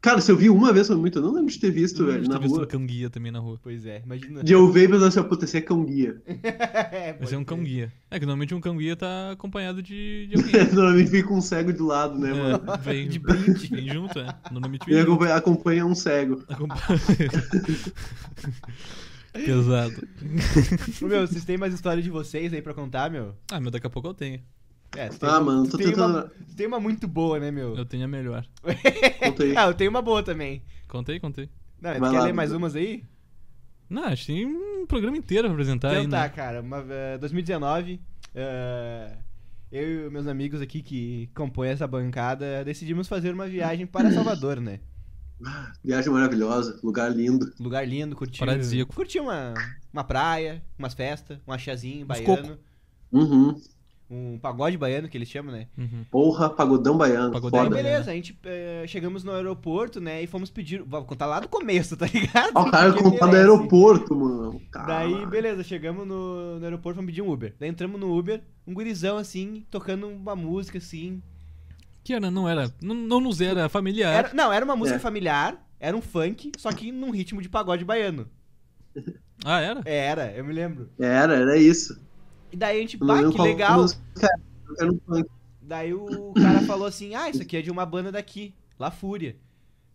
Cara, se eu vi uma vez foi muito. Eu não lembro de ter visto, Eu velho, já na tinha visto um rua. cão guia também na rua. Pois é, imagina. De eu ver e pensar assim, ó, puta, esse é cão guia. [laughs] É, Mas pode é um cão ser. guia. É que normalmente um cão guia tá acompanhado de, [laughs] de alguém. Normalmente vem com um cego de lado, né, mano? É, vem, de brinde. Vem junto, é. Normalmente E vem junto. acompanha, acompanha um cego. Acompanha- [laughs] Pesado. Ô, Meu, vocês têm mais história de vocês aí pra contar, meu? Ah, mas daqui a pouco eu tenho. É, tu tem, Ah, mano, tu tô tem tentando. Uma, tu tem uma muito boa, né, meu? Eu tenho a melhor. Conta [laughs] aí. Ah, eu tenho uma boa também. Contei, contei. Não, tu Vai quer lá, ler mais Dudu. umas aí? Não, acho que tem um programa inteiro pra apresentar aí, então tá, né? cara. Uma, eh, 2019, eh, eu e meus amigos aqui que compõem essa bancada decidimos fazer uma viagem para Salvador, né? Viagem maravilhosa, lugar lindo. Lugar lindo, curtir. Paradisíaco. Curtir uma, uma praia, umas festas, um achazinho baiano. Uhum. um pagode baiano que eles chamam, né? Uhum. Porra, pagodão baiano. Pagodão Daí foda. né? baiano. beleza, a gente eh, chegamos no aeroporto, né? E fomos pedir. Vou contar lá do começo, tá ligado? Ó, o cara Porque contando do merece. aeroporto, mano. Daí, Caralho. beleza, chegamos no, no aeroporto, vamos pedir um Uber. Daí entramos no Uber, um gurizão assim, tocando uma música assim. Que era, não era. Não, não nos era familiar. Era- não, era uma música É. familiar, era um funk, só que num ritmo de pagode baiano. É, Ah, era? Era, eu me lembro. Era, era isso. E daí a gente, Eu não bah, lembro que qual legal. música era, Era um funk. Daí o cara falou assim: ah, isso aqui é de uma banda daqui, La Fúria.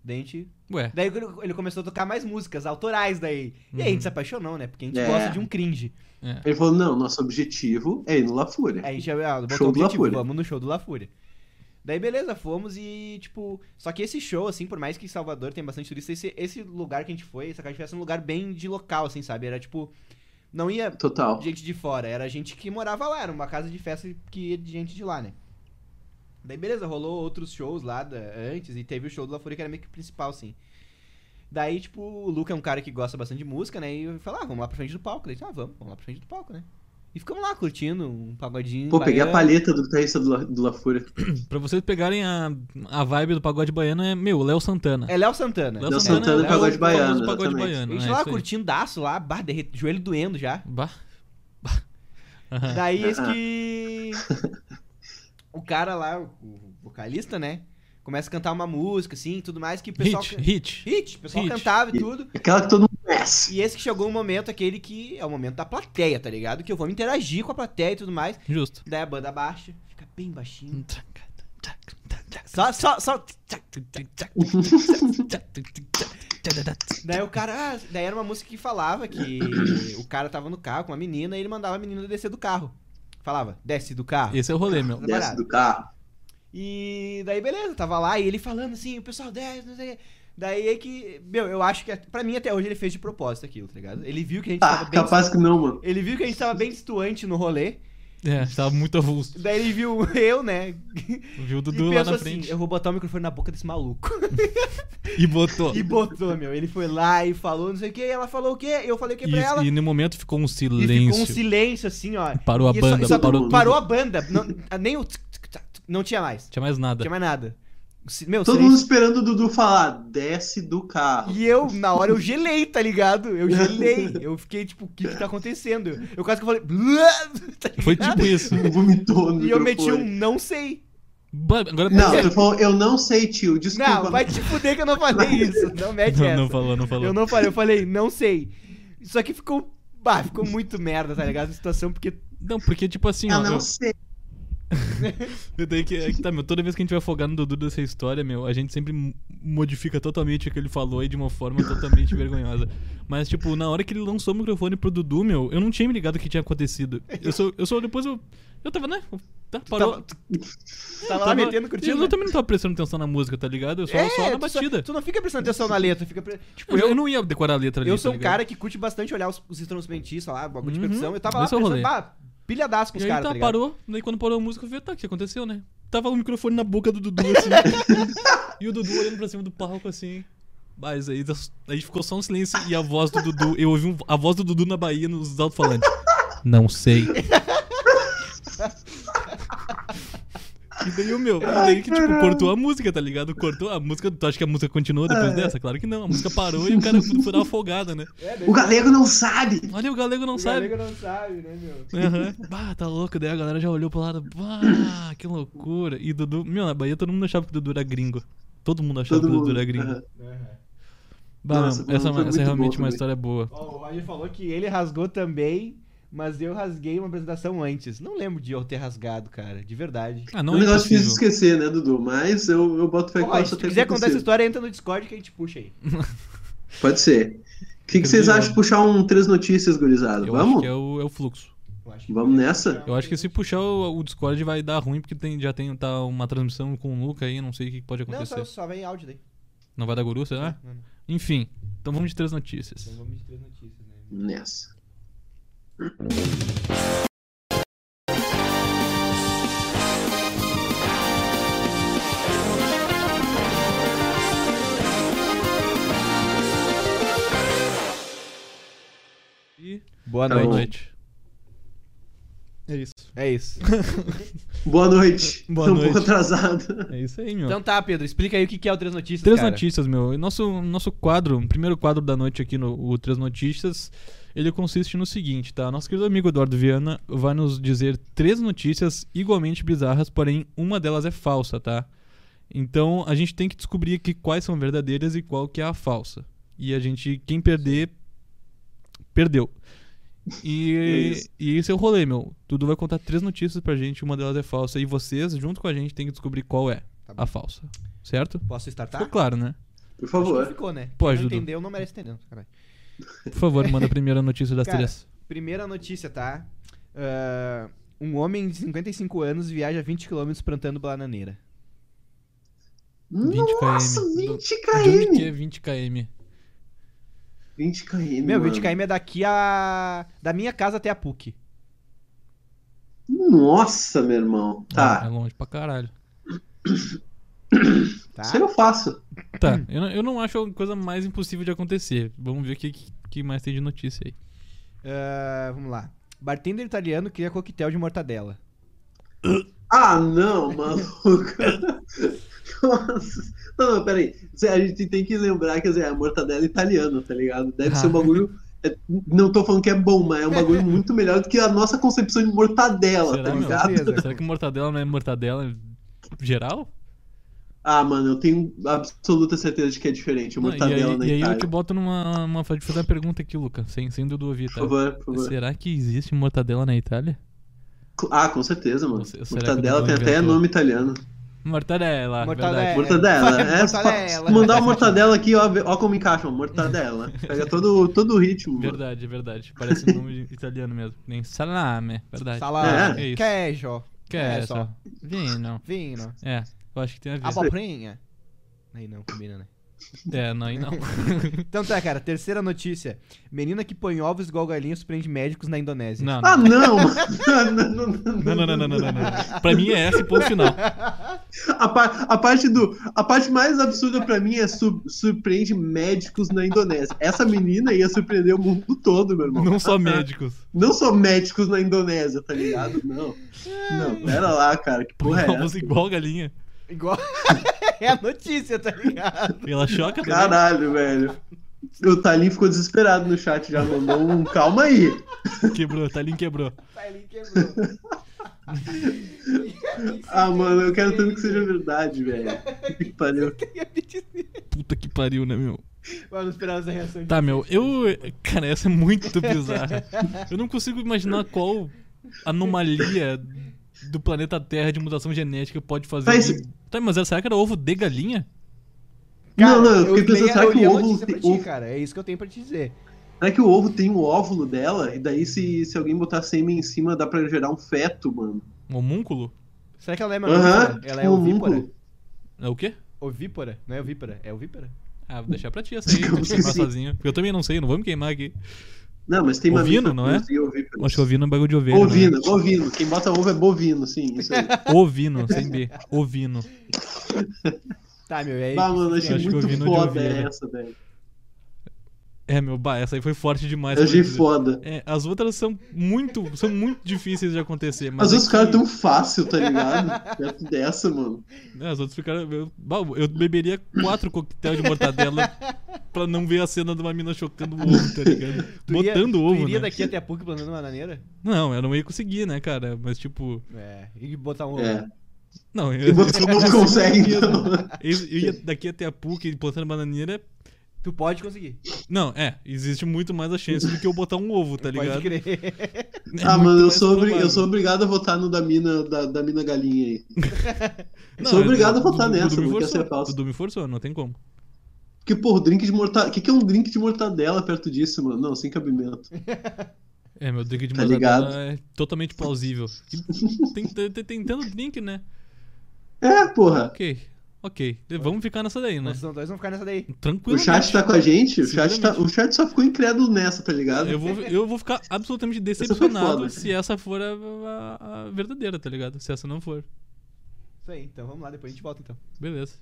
Daí a gente Ué. Daí quando ele começou a tocar mais músicas autorais daí. E aí a Uhum. gente se apaixonou, né? Porque a gente É. gosta de um cringe. É. Ele falou, não, nosso objetivo é ir no La Fúria. Aí a gente ah, botou Show o do La objetivo, Fúria. vamos no show do La Fúria. Daí beleza, fomos e tipo... Só que esse show, assim, por mais que Salvador tem bastante turista, esse, esse lugar que a gente foi, essa casa tivesse um lugar bem de local, assim, sabe? Era tipo... Não ia Total. gente de fora, era gente que morava lá, era uma casa de festa que ia de gente de lá, né? Daí beleza, rolou outros shows lá da- antes e teve o show do La Fúria que era meio que o principal, assim. Daí, tipo, o Luca é um cara que gosta bastante de música, né? E eu falei, ah, vamos lá pra frente do palco. Daí, ah, vamos, vamos lá pra frente do palco, né? E ficamos lá curtindo um pagodinho. Pô, peguei a baiano. palheta do guitarrista do La, do La Fúria. Pra vocês pegarem a, a vibe do pagode baiano, é, meu, Léo Santana. É Léo Santana. Léo Léo Santana, Santana é e o pagode baiano, famoso pagode exatamente. baiano. A gente é lá isso aí. curtindo daço lá, bah, derre- joelho doendo já. Bah. [laughs] Bah. Aham. Daí esse Ah. que. O cara lá, o- o vocalista, né? Começa a cantar uma música, assim, tudo mais, que o pessoal. Hit, can- hit. Hit, o pessoal Hit. cantava e tudo. Aquela que todo mundo conhece. E esse que chegou um momento, aquele que é o momento da plateia, tá ligado? Que eu vou me interagir com a plateia e tudo mais. Justo. [laughs] Daí a banda baixa, fica bem baixinho. Só, só, só. Daí o cara. ah, Daí era uma música que falava que o cara tava no carro com uma menina e ele mandava a menina descer do carro. Falava, desce do carro. Esse é o rolê, meu. Essa Desce parada. do carro. E daí, beleza, tava lá e ele falando assim, o pessoal desce, não sei o quê. Daí é que, meu, eu acho que, pra mim até hoje ele fez de propósito aquilo, tá ligado? Ele viu que a gente Ah, tava bem. capaz que não, mano. Ele viu que a gente tava bem distoante no rolê. É, tava muito avulso. Daí ele viu [laughs] eu, né? Viu o Dudu lá e pensou na assim: frente. eu vou botar o microfone na boca desse [laughs] maluco. E botou. e botou, meu. Ele foi lá e falou, não sei o que. Ela falou o quê? Eu falei o quê pra E- ela? e no momento ficou um E silêncio. ficou um silêncio assim, ó. Parou a E só- banda, e só parou tudo. parou a banda. Não, nem o. tsk, tsk, tsk, Não tinha mais. Não tinha mais Não nada. tinha mais nada. O si- Meu, Todo silêncio. mundo esperando o Dudu falar, desce do carro. E eu, na hora, eu gelei, tá ligado? Eu gelei. Eu fiquei tipo, o que que tá acontecendo? Eu quase que falei. "Blá", tá ligado? Foi tipo [laughs] isso. Vomitou no E eu meti um microfone. não sei. Ba- Agora Não, [laughs] ele falou, eu não sei, tio, desculpa. Não, vai te fuder que eu não falei isso. Não mete não, essa. não falou, não falou. É Eu não falei, eu falei, não sei. Isso aqui ficou. Bah, ficou muito merda, tá ligado? A situação, porque. Não, porque tipo assim, Eu ó. Ah, não Eu, sei. eu tenho que, é que tá, meu, toda vez que a gente vai afogar no Dudu dessa história, meu, a gente sempre m- modifica totalmente o que ele falou e de uma forma totalmente vergonhosa. Mas, tipo, na hora que ele lançou o microfone pro Dudu, meu, eu não tinha me ligado o que tinha acontecido. Eu sou. Eu sou depois eu. Eu tava, né? Tá, parou. Tava, tava tá lá Tava- metendo curtindo. Eu né? É, também não tava prestando atenção na música, tá ligado? Eu só, só na tu só- batida. Tu não fica prestando atenção na letra, fica. pre- Tipo, eu, eu, não ia decorar a letra ali. eu tá sou um ligado? cara que curte bastante olhar os, os instrumentistas lá, bagulho de Uhum, percussão. Eu tava lá esse é o pensando, rolê. bah, pilhadaço com E os aí caras, tá, tá ligado? parou. Daí quando parou a música, eu falei, tá, o que aconteceu, né? Tava o microfone na boca do Dudu, [laughs] assim. e o Dudu olhando pra cima do palco, assim. Mas aí, das- aí ficou só um silêncio e a voz do Dudu. Eu ouvi um- a voz do Dudu na Bahia nos alto-falantes. Não sei. E daí o meu, e daí que tipo, cortou a música, tá ligado? Cortou a música, tu acha que a música continuou depois dessa? Claro que não, a música parou e o cara foi dar uma folgada, né? É, daí O galego não sabe. Olha, o galego não o sabe. galego não sabe, né, meu? Aham. [laughs] Bah, tá louco. Daí a galera já olhou pro lado. Bah, que loucura. E Dudu. Meu, na Bahia todo mundo achava que o Dudu era gringo. Todo mundo achava Todo que o Dudu mundo. era gringo. Aham. Aham. Bah, Nossa, não, essa, é foi uma- essa muito é realmente uma bom também. história boa. Ó, o Roger falou que ele rasgou também, mas eu rasguei uma apresentação antes. Não lembro de eu ter rasgado, cara, de verdade. Ah, É não um é negócio difícil de impossível. esquecer, né, Dudu? Mas eu, eu boto fé que Ó, pode se só tu ter quiser contar essa acontecido. história, entra no Discord que a gente puxa aí. Pode ser. O que, que vocês Inclusive, acham de puxar um Três Notícias, gurizada? Eu acho Vamos? que é o, é o fluxo. Eu acho que- Vamos nessa? Eu acho que se puxar o, o Discord vai dar ruim, porque tem, já tem tá uma transmissão com o Luca aí, não sei o que pode Não, tá É. acontecer. Tá? só, Não, só vem áudio daí. vai dar guru, será? Não, não. Enfim, então vamos de três notícias. Então vamos de três notícias, né? Nessa. E Boa Tá boa bom. Tá noite. É isso. [laughs] É isso. Boa noite. Boa Tô um noite. pouco atrasado. É isso aí, meu. Então tá, Pedro, explica aí o que que é o Três Notícias. Três cara. notícias, meu. E Nosso, nosso quadro, o primeiro quadro da noite aqui no o Três Notícias, ele consiste no seguinte, tá? Nosso querido amigo Eduardo Viana vai nos dizer três notícias igualmente bizarras, porém uma delas é falsa, tá? Então a gente tem que descobrir aqui quais são verdadeiras e qual que é a falsa. E a gente, quem perder, perdeu. É E, isso. e esse é o rolê, meu. Tudo vai contar três notícias pra gente, uma delas é falsa. E vocês, junto com a gente, tem que descobrir qual é Tá bom. a falsa. Certo? Posso startar? Ficou claro, né? Por Acho que favor. ficou, né? Quem Pode, não Dudu. entendeu, não merece entender. não, sacanagem. Por favor, manda a primeira notícia das Cara, três. Primeira notícia, tá? Ah, um homem de 55 anos viaja 20 km plantando bananeira. 20 km. Nossa, 20 tá De onde que km. é 20 km? 20 km. Meu, mano. 20 km é daqui a. da minha casa até a PUC. Nossa, meu irmão. Ah, É Tá. longe pra caralho. Tá? Isso aí eu faço. Tá, Hum. eu não, eu não acho a coisa mais impossível de acontecer. Vamos ver o que, que- que mais tem de notícia aí. Ah, vamos lá. Bartender italiano cria coquetel de mortadela. Ah, não, [laughs] maluco. Nossa. Não, não, peraí. Zé, A gente tem que lembrar que Zé, a mortadela é italiana, tá ligado? Deve ser um Ah. bagulho. é- Não tô falando que é bom, mas é um [laughs] bagulho muito melhor do que a nossa concepção de mortadela, Será, tá meu? ligado? Certeza. Será que mortadela não é mortadela geral? Ah, mano, eu tenho absoluta certeza de que é diferente. A Não, e aí, mortadela na e aí eu Itália. te boto numa. Uma, vou te fazer uma pergunta aqui, Luca, sem, sem Dudu ouvir, Por tá? favor, por favor. Será que existe mortadela na Itália? Ah, com certeza, mano. Será que o Mortadela Dudu tem até inventou? nome italiano. Mortadela, Mortadela. verdade. Mortadela, é. Mortadela. Mandar uma mortadela aqui, ó, vê- ó como encaixa, uma [laughs] mortadela. Pega todo, todo o ritmo. mano. Verdade, verdade. Parece um nome italiano mesmo. Nem salame, verdade. Salame, É isso. queijo, Que É, é só. essa? Vino. vinho, É, eu acho que tem a Ah, ver. abobrinha. Aí não, combina, né? [laughs] É, não, aí [laughs] não. Então tá, cara, terceira notícia. Menina que põe ovos igual galinha surpreende médicos na Indonésia. Não, Ah, não. não, mano. [laughs] Não, não, não, Ah, Não, não, não, não, não, não, não. Pra mim é essa e ponto [laughs] final. A, par- a parte do, a parte mais absurda pra mim é su- surpreende médicos na Indonésia. Essa menina ia surpreender o mundo todo, meu irmão. Não só médicos. Não só médicos na Indonésia, tá ligado? Não. Não, pera lá, cara. Que [laughs] porra é Ovos essa? igual galinha. [laughs] Igual. [laughs] é a notícia, tá ligado? Ela choca também. Caralho, velho. O Talim ficou desesperado no chat, já mandou um calma aí. Quebrou, Thalin quebrou. Tá, ele quebrou. Ah, mano, eu quero tanto que seja verdade, velho. Que pariu. Puta que pariu, né, meu? Mano, não esperava essa reação. Tá, meu, eu. Cara, essa é muito bizarra. Eu não consigo imaginar qual anomalia do planeta Terra de mutação genética pode fazer. Mas- de- Tá, mas será que era ovo de galinha? não, não, eu fiquei pensando, leio- será eu li que, a o ovo notícia tem, pra ti, cara. É isso que eu tenho pra te dizer. o- será É que o ovo tem o óvulo dela? E daí, se, se alguém botar sêmen em cima, dá pra gerar um feto, mano. Um homúnculo? Será que ela é Aham, mamífera? Ela é tipo um ovípara? homúnculo. É o quê? Ovípara? Não é ovípara? É ovípara? Ah, vou deixar pra ti essa aí, pra [laughs] Como te queimar assim? sozinho. Porque eu também não sei, não vou me queimar aqui. Não, mas tem Ovino, mamíferos não é? e ovíferos. Acho que ovino é um bagulho de ovelha. Bovino, bovino. Quem bota ovo é bovino, sim, [laughs] isso aí. Né? Ovino, sem B. Ovino. Tá, meu, e aí? Bah, mano, achei Acho que muito ovino é de né? foda ovelha. essa, velho. É, meu, bah, essa aí foi forte demais. Eu pra achei dizer. foda. É, as outras são muito, são muito difíceis de acontecer. Mas Mas é os que- caras tão fácil, tá [laughs] ligado? Perto dessa, mano. né, as outras ficaram. Eu, bah, eu beberia quatro coquetel de mortadela pra não ver a cena de uma mina chocando o ovo, tá ligado? [laughs] Tu ia- Botando tu ovo, iria né? daqui até a PUC plantando bananeira? Não, eu não ia conseguir, né, cara? Mas tipo. É. E botar um ovo. É. Não, E [laughs] eu, você não consegue, então. eu- eu ia daqui até a PUC plantando bananeira. Tu pode conseguir. Não, é, existe muito mais a chance do que eu botar um ovo, tá ligado? Pode crer. É Ah, muito mano, eu mais sou, obri- provável. eu sou obrigado a votar no da mina, da, da mina galinha aí. Não, sou eu- obrigado a Dudu- votar nessa, Dudu me porque essa é forçou. falsa. Dudu me forçou, não tem como. Porque, pô, drink de mortadela. O que, que é um drink de mortadela perto disso, mano? Não, sem cabimento. É, meu drink de Tá mortadela ligado? é totalmente plausível. [laughs] E Tem, tem, tem, tem tanto drink, né? É, porra. Ok, ok. Vamos ficar nessa daí, né? Vocês dois vão ficar nessa daí. Tranquilo. O chat tá com a gente, o chat, tá, Seguramente. o chat só ficou incrédulo nessa, tá ligado? Eu vou, eu vou ficar absolutamente foi decepcionado foda. se essa for a, a- a verdadeira, tá ligado? Se essa não for. Isso aí, então vamos lá, depois a gente volta então. Beleza.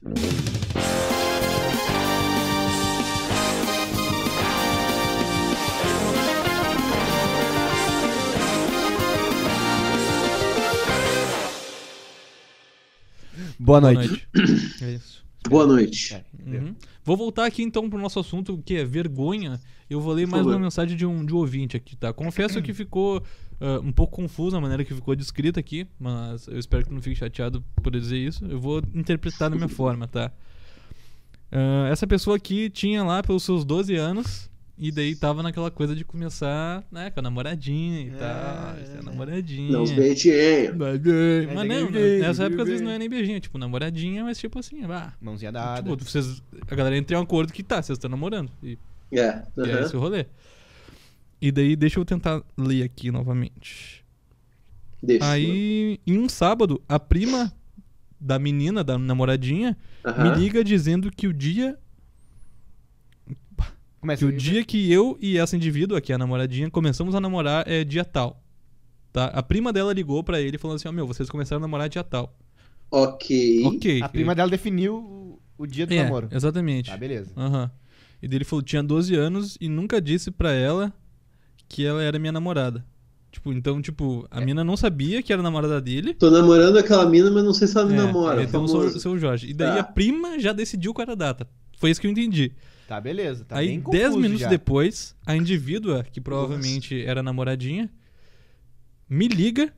Boa Boa noite. noite. [clears throat] É isso. Boa noite. É, entendeu? Uhum. Vou voltar aqui então pro nosso assunto, que é vergonha. Eu vou ler Por mais uma favor. mensagem de um, de um ouvinte aqui, tá? Confesso que ficou ah, um pouco confusa a maneira que ficou descrita aqui, mas eu espero que não fique chateado por eu dizer isso. Eu vou interpretar da minha forma, tá? Ah, essa pessoa aqui tinha lá pelos seus 12 anos. E daí tava naquela coisa de começar, né, com a namoradinha e É, tal. é, essa é. namoradinha. Não é. os beijinhos. Mas não, nem beijinho, nessa época às vezes beijinho. não é nem beijinho, é tipo namoradinha, mas tipo assim, vá. Mãozinha dada. Tipo, vocês, a galera entra em um acordo que tá, vocês estão namorando. E, É. e é aham. esse o rolê. E daí, deixa eu tentar ler aqui novamente. Deixa. Aí, em um sábado, a prima da menina, da namoradinha, Aham. me liga dizendo que o dia Começa que o dia que eu e essa indivídua, que é a namoradinha, começamos a namorar é dia tal. Tá? A prima dela ligou pra ele falando assim: Ó, meu, vocês começaram a namorar dia tal. Ok. Ok. A prima dela definiu o- o dia do É, namoro. Exatamente. Tá, beleza. Aham. E daí ele falou, tinha 12 anos e nunca disse pra ela que ela era minha namorada. Tipo, então, tipo, a mina não sabia que era namorada dele. Tô namorando aquela mina, mas não sei se ela me É, namora. Então sou, famoso. sou o Jorge. E daí Tá. a prima já decidiu qual era a data. Foi isso que eu entendi. Tá, beleza. Tá Aí, bem 10 confuso minutos já. depois, a indivídua, que provavelmente era namoradinha, me liga.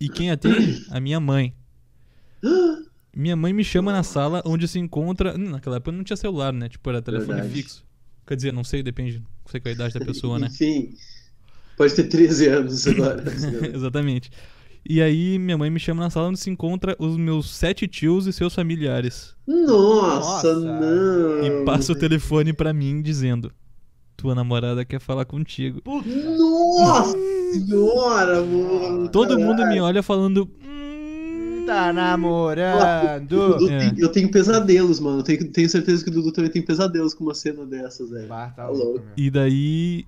E quem atende? A minha mãe. [gasps] Minha mãe me chama na sala onde se encontra. Hum, Naquela época não tinha celular, né? Tipo, era telefone Verdade. fixo. Quer dizer, não sei, depende. Não sei qual é a idade da pessoa, [laughs] né? Enfim. Pode ter 13 anos agora. né? [laughs] Exatamente. E aí, minha mãe me chama na sala onde se encontra os meus sete tios e seus familiares. Nossa, Nossa. não. E passa o telefone pra mim dizendo: Tua namorada quer falar contigo. Nossa senhora, mano. Todo mundo me olha falando. "Hum, Tá namorando. Dudu É. tem- Eu tenho pesadelos, mano. Eu tenho, tenho certeza que o Dudu também tem pesadelos com uma cena dessas, velho. Bah, tá Tá louco, louco. meu. E daí,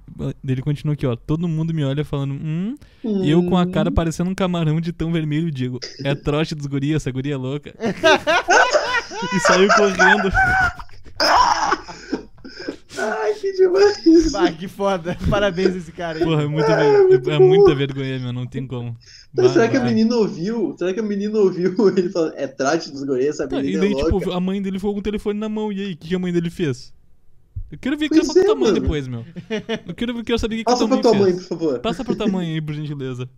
ele continua aqui, ó. Todo mundo me olha falando, hum. E eu com a cara Hum. parecendo um camarão de tão vermelho digo, [laughs] é trote dos guri, essa guria é louca. e saiu correndo. Ai, que demais. Bah, que foda. [laughs] Parabéns esse cara aí. Porra, é, muito ver- muito é bom. muita vergonha, meu, não tem como. Mas será que a Bah, menina ouviu? Será que a menina ouviu [laughs] ele falando, é trate dos gorias, essa bah. Tá, menina E é daí, louca? tipo, a mãe dele ficou com o telefone na mão, e aí, o que que a mãe dele fez? Eu quero ver o que Pois ela fala é, com tua mãe mano. depois, meu. Eu quero, eu quero saber o que, que Passa tua pra mãe tua mãe, fez. por favor. Passa pra tua mãe aí, por gentileza.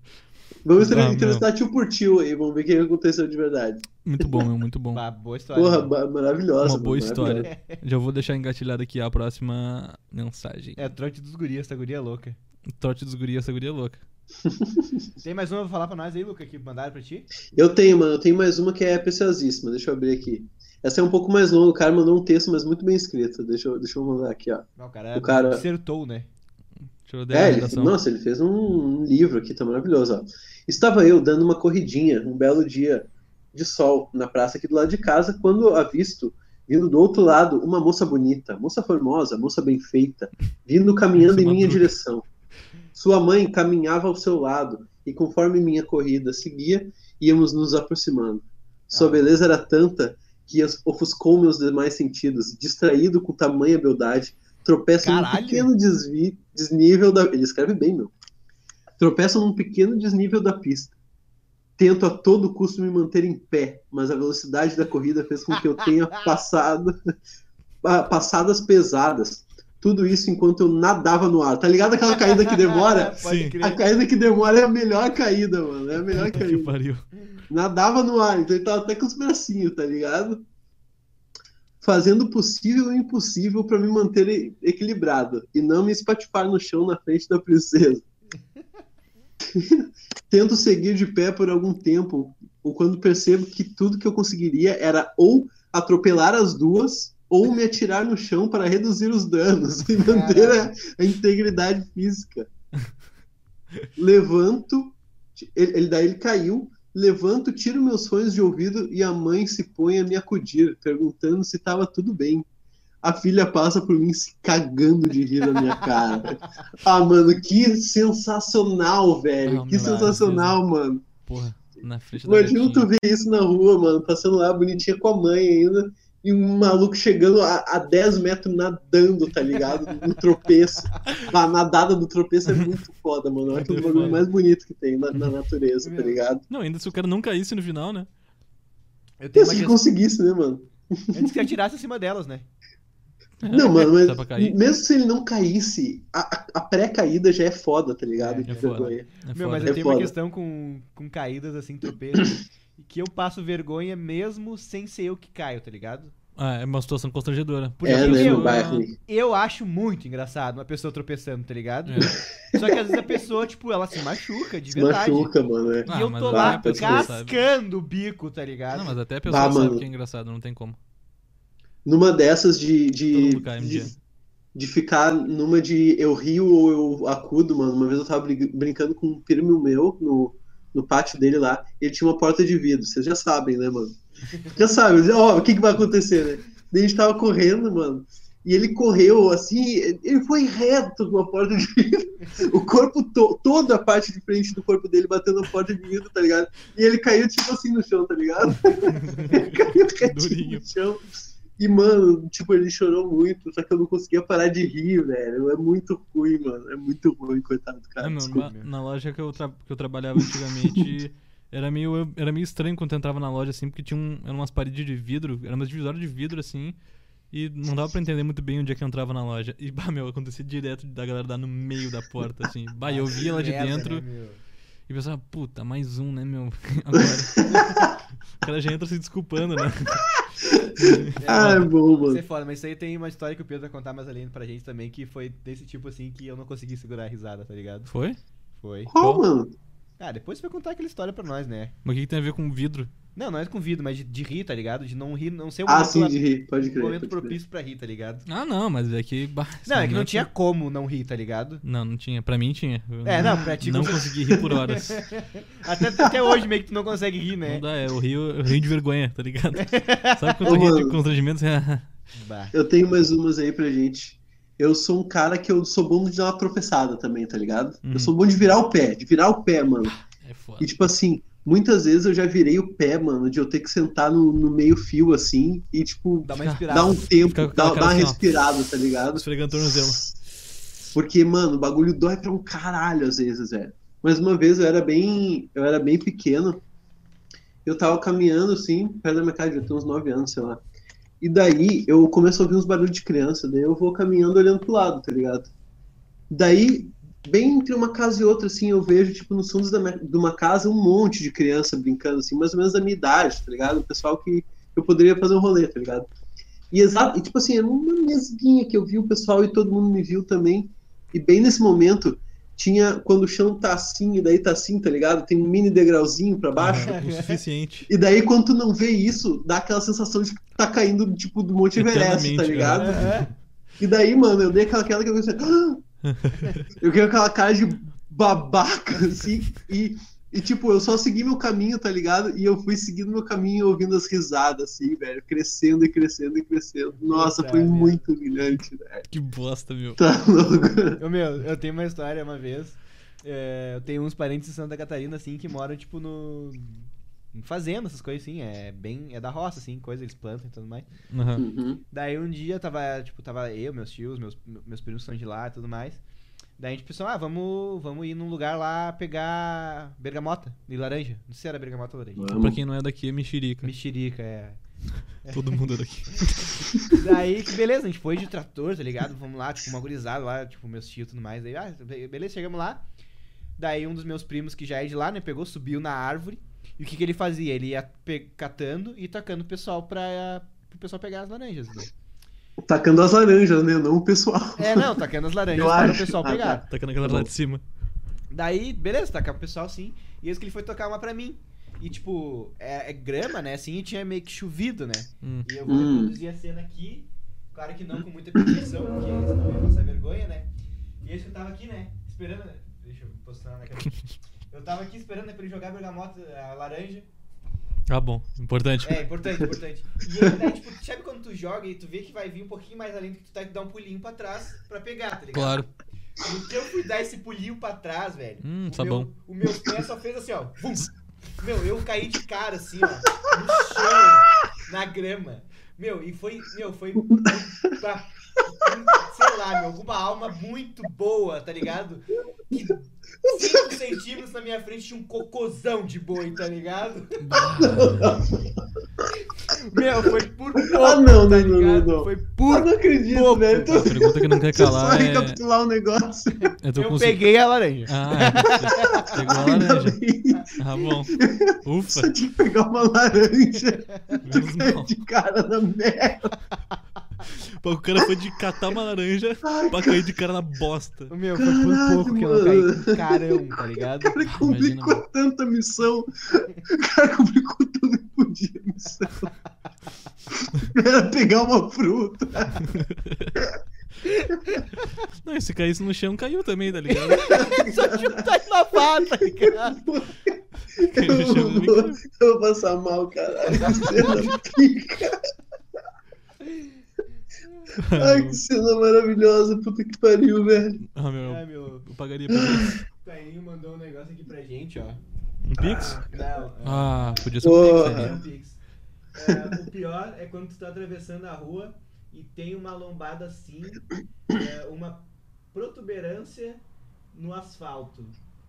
Vamos Ah, ah, meu. entrevistar tio por tio aí, vamos ver o que aconteceu de verdade. Muito bom, meu, muito bom. Bah, boa história. Porra, meu. ba- maravilhosa. Uma boa mano, maravilhosa. história. Já vou deixar engatilhada aqui a próxima mensagem. É trote dos gurias, essa guria é louca. Trote dos guri, essa guria é louca. Tem mais uma pra falar pra nós aí, Luca, que mandaram pra ti? Eu tenho, mano, eu tenho mais uma que é preciosíssima, deixa eu abrir aqui. Essa é um pouco mais longa, o cara mandou um texto, mas muito bem escrito. Deixa eu, deixa eu mandar aqui, ó. Não, o cara, O cara- acertou, né? Deixa eu dar a É, ele, redação. nossa, ele fez um, um livro aqui, tá maravilhoso, ó. Estava eu dando uma corridinha, um belo dia de sol, na praça aqui do lado de casa, quando avisto, vindo do outro lado, uma moça bonita, moça formosa, moça bem feita, vindo caminhando Moça em minha madruga. direção. Sua mãe caminhava ao seu lado, e conforme minha corrida seguia, íamos nos aproximando. Sua Ah. beleza era tanta que as- ofuscou meus demais sentidos, distraído com tamanha beldade, tropeço num Caralho. pequeno desvi- desnível da. Ele escreve bem, meu. Tropeço num pequeno desnível da pista. Tento a todo custo me manter em pé, mas a velocidade da corrida fez com que eu [laughs] tenha passado pa- passadas pesadas. Tudo isso enquanto eu nadava no ar. Tá ligado aquela caída que [laughs] demora? Ah, Pode Sim. A crer. caída que demora é a melhor caída, mano. É a melhor Puta [laughs] que caída. pariu. Nadava no ar, então ele tava até com os bracinhos, tá ligado? Fazendo o possível e o impossível pra me manter e- equilibrado e não me espatifar no chão na frente da princesa. [laughs] Tento seguir de pé por algum tempo, ou quando percebo que tudo que eu conseguiria era ou atropelar as duas ou me atirar no chão para reduzir os danos [laughs] e manter a, a integridade física. Levanto, ele, ele- daí ele caiu, levanto, tiro meus fones de ouvido e a mãe se põe a me acudir, perguntando se estava tudo bem. A filha passa por mim se cagando de rir na minha [laughs] cara. Ah, mano, que sensacional, velho. Ah, que meu sensacional, mano. Porra, na frente da Imagina tu gatinha. ver isso na rua, mano, passando lá bonitinha com a mãe ainda, e um maluco chegando a, a 10 metros nadando, tá ligado? No tropeço. A nadada do tropeço é muito É foda, mano. Eu acho o bagulho mais bonito que tem na, na natureza, tá ligado? Não, ainda se o cara não caísse no final, né? Eu Pensa tenho uma que gestão. conseguisse, né, mano? Antes que atirasse em cima delas, né? [laughs] Não, mano, mas Só pra cair. mesmo se ele não caísse, a, a- a pré-caída já é foda, tá ligado? É, Que é foda. vergonha. É Meu, foda. mas É eu tenho uma foda. questão com, com caídas, assim, tropeços, que eu passo vergonha mesmo sem ser eu que caio, tá ligado? Ah, é uma situação constrangedora. Porque É, né, eu, no bairro. né? eu acho muito engraçado uma pessoa tropeçando, tá ligado? É. Só que às vezes a pessoa, tipo, ela se machuca, de Se verdade. machuca, mano. É. Ah, e eu mas tô aí lá a pessoa sabe. cascando o bico, tá ligado? Não, mas até a pessoa Bah, sabe mano. que é engraçado, não tem como. Numa dessas de. Todo de, mundo cai um dia. de de ficar numa de eu rio ou eu acudo, mano. Uma vez eu tava brin- brincando com um primo meu no, no pátio dele lá, e ele tinha uma porta de vidro, vocês já sabem, [laughs] né, mano? Já sabem, ó, o que, que vai acontecer, né? Daí a gente tava correndo, mano. E ele correu assim, ele foi reto com a porta de vidro. O corpo to- toda a parte de frente do corpo dele batendo na porta de vidro, tá ligado? E ele caiu tipo assim no chão, [laughs] tá ligado? ele caiu retinho Durinho. no chão. E, mano, tipo, ele chorou muito, só que eu não conseguia parar de rir, velho. É muito ruim, mano. É muito ruim, coitado do cara. É, meu, Ah, desculpa. na, na loja que eu, tra- que eu trabalhava [laughs] antigamente, era meio, eu- era meio estranho quando eu entrava na loja, assim, porque tinha um, eram umas paredes de vidro, eram umas divisórias de vidro, assim, e não dava pra entender muito bem onde é que eu entrava na loja. E, bah, meu, acontecia direto da galera dar no meio da porta, assim. Bah, eu via lá de Merda, dentro né, [laughs] meu? e pensava, puta, mais um, né, meu? [laughs] Agora. o cara já entra se desculpando, né? É, Ah, é bom, mano. Isso é foda, mas isso aí tem uma história que o Pedro vai contar mais além pra gente também, que foi desse tipo assim que eu não consegui segurar a risada, tá ligado? Foi? Foi. Qual, mano? Ah, depois você vai contar aquela história pra nós, né? Mas o que, que tem a ver com vidro? Não, não é com vidro, mas de, de rir, tá ligado? De não rir, não ser um Ah, momento- sim, de rir. Pode um crer. momento pode crer. propício pra rir, tá ligado? Ah, não, mas é que. Bah, esse Não, é que não momento- tinha como não rir, tá ligado? Não, não tinha. Pra mim tinha. Eu É, não, pra ti É. Não você- consegui rir por [laughs] horas. Até, até hoje meio que tu não consegue rir, Não né? dá, é, eu rio, eu rio de vergonha, tá [laughs] ligado? Sabe quando Ô, eu rio de É, [laughs] mano. constrangimento? Você... Bah. Eu tenho mais umas aí pra gente. Eu sou um cara que eu sou bom de dar uma tropeçada também, tá ligado? Uhum. Eu sou bom de virar o pé, de virar o pé, mano. É foda. E tipo assim, muitas vezes eu já virei o pé, mano, de eu ter que sentar no, no meio fio assim e tipo Dá uma inspirada. dar um tempo, Fica com dar, aquela dar uma cara assim, ó. respirada, tá ligado? Esfregando [laughs] tornozelo. Porque, mano, o bagulho dói pra um caralho às vezes, velho. Mas uma vez eu era bem. Eu era bem pequeno. Eu tava caminhando, assim, perto da minha casa, eu tinha uns 9 anos, sei lá. E daí eu começo a ouvir uns barulhos de criança, daí eu vou caminhando olhando pro lado, tá ligado? Daí, bem entre uma casa e outra, assim, eu vejo, tipo, nos fundos da minha- de uma casa, um monte de criança brincando, assim, mais ou menos da minha idade, tá ligado? O pessoal que eu poderia fazer um rolê, tá ligado? E exato, e, tipo assim, era uma mesguinha que eu vi o pessoal e todo mundo me viu também. E bem nesse momento, tinha quando o chão tá assim, e daí tá assim, tá ligado? Tem um mini degrauzinho pra baixo. Ah, o suficiente. E daí, quando tu não vê isso, dá aquela sensação de que tu tá caindo, tipo, do Monte Everest, tá Eternamente, né? ligado? Aham. E daí, mano, eu dei aquela queda que eu pensei. "Ah!" [laughs] Eu fiquei com aquela cara de babaca, assim, e, e tipo, eu só segui meu caminho, tá ligado? E eu fui seguindo meu caminho ouvindo as risadas, assim, velho, crescendo e crescendo e crescendo. Nossa, Puta foi merda. muito humilhante, velho. Que bosta, meu. Tá louco. Ô, Meu, eu tenho uma história uma vez. é, eu tenho uns parentes em Santa Catarina, assim, que moram, tipo, no. Em fazenda, essas coisas, assim. É bem. É da roça, assim, coisa, eles plantam e tudo mais. Aham. Uhum. Daí um dia tava, tipo, tava eu, meus tios, meus, meus primos são de lá e tudo mais. Daí a gente pensou, ah, vamos, vamos ir num lugar lá pegar bergamota e laranja. Não sei se era bergamota ou laranja. Pra quem não é daqui, é mexerica. Mexerica, é. Todo mundo é [laughs] daqui. Daí que beleza, a gente foi de trator, tá ligado? Vamos lá, tipo, uma gurizada lá, tipo, meus tios e tudo mais. Daí, ah, be- beleza, chegamos lá. Daí um dos meus primos que já é de lá, né, pegou, subiu na árvore. E o que que ele fazia? Ele ia pe- catando e tacando o pessoal pra, pro pessoal pegar as laranjas. né? Tacando as laranjas, né? Não o pessoal. É, não, tacando as laranjas Eu para o acho. pessoal Ah, tá. pegar. Tacando aquela lá de cima. Daí, beleza, tacar pro pessoal sim. E esse que ele foi tocar uma pra mim. E tipo, é, é grama, né? Assim, e tinha meio que chovido, né? Hum. E eu vou Hum. reproduzir a cena aqui. Claro que não com muita perfeição, porque senão eu ia passar vergonha, né? E esse que eu tava aqui, né? Esperando. Deixa eu posicionar na câmera. Eu tava aqui esperando né, pra ele jogar a bergamota, a laranja. Ah, bom. Importante. É, importante, importante. E aí, daí, tipo, sabe quando tu joga e tu vê que vai vir um pouquinho mais além do que tu tá e tu dá um pulinho pra trás pra pegar, tá ligado? Claro. No que eu fui dar esse pulinho pra trás, velho. Hum, o sabão. Meu, o meu pé só fez assim, ó. Bum. Meu, eu caí de cara assim, ó. [laughs] No chão, na grama. Meu, e foi. Meu, foi. pra- sei lá, meu, alguma alma muito boa, tá ligado? Que 5 centímetros na minha frente tinha um cocôzão de boi, tá ligado? Meu, foi por pouco. Ah, não, tá não, não, ligado? não, não. Foi Eu por. não acredito, pouco. velho. A pergunta que não [laughs] quer Deixa eu só calar é... recapitular o negócio. Eu, tô Eu com- peguei a laranja. Ah, é, você pegou a Ainda laranja. bem. Ah, bom. Ufa, Só tinha que pegar uma [laughs] laranja menos mal. de cara na merda. Pô, O cara foi de catar uma laranja pra cair de cara na bosta. Meu, foi por Caralho, pouco que eu não mano. caí. Carão, tá ligado? O cara complicou imagina, tanto a missão. O cara complicou tudo que podia a missão. Era pegar uma fruta. Não, e se caísse no chão, caiu também, tá ligado? [laughs] Só chutar e lavar, [laughs] tá ligado? Eu, Caiu no chão, também vou, caiu. eu vou passar [laughs] mal, caralho. Que cena pica. Ai, que cena maravilhosa. Puta que pariu, velho. Ah, meu, eu- Ai, É, meu. eu pagaria por isso. O Cainho mandou um negócio aqui pra gente, ó. Um pix? Não. Ah, podia ser um pix ali. Porra. é um pix. É, o pior é quando tu tá atravessando a rua e tem uma lombada assim, é, uma protuberância no asfalto.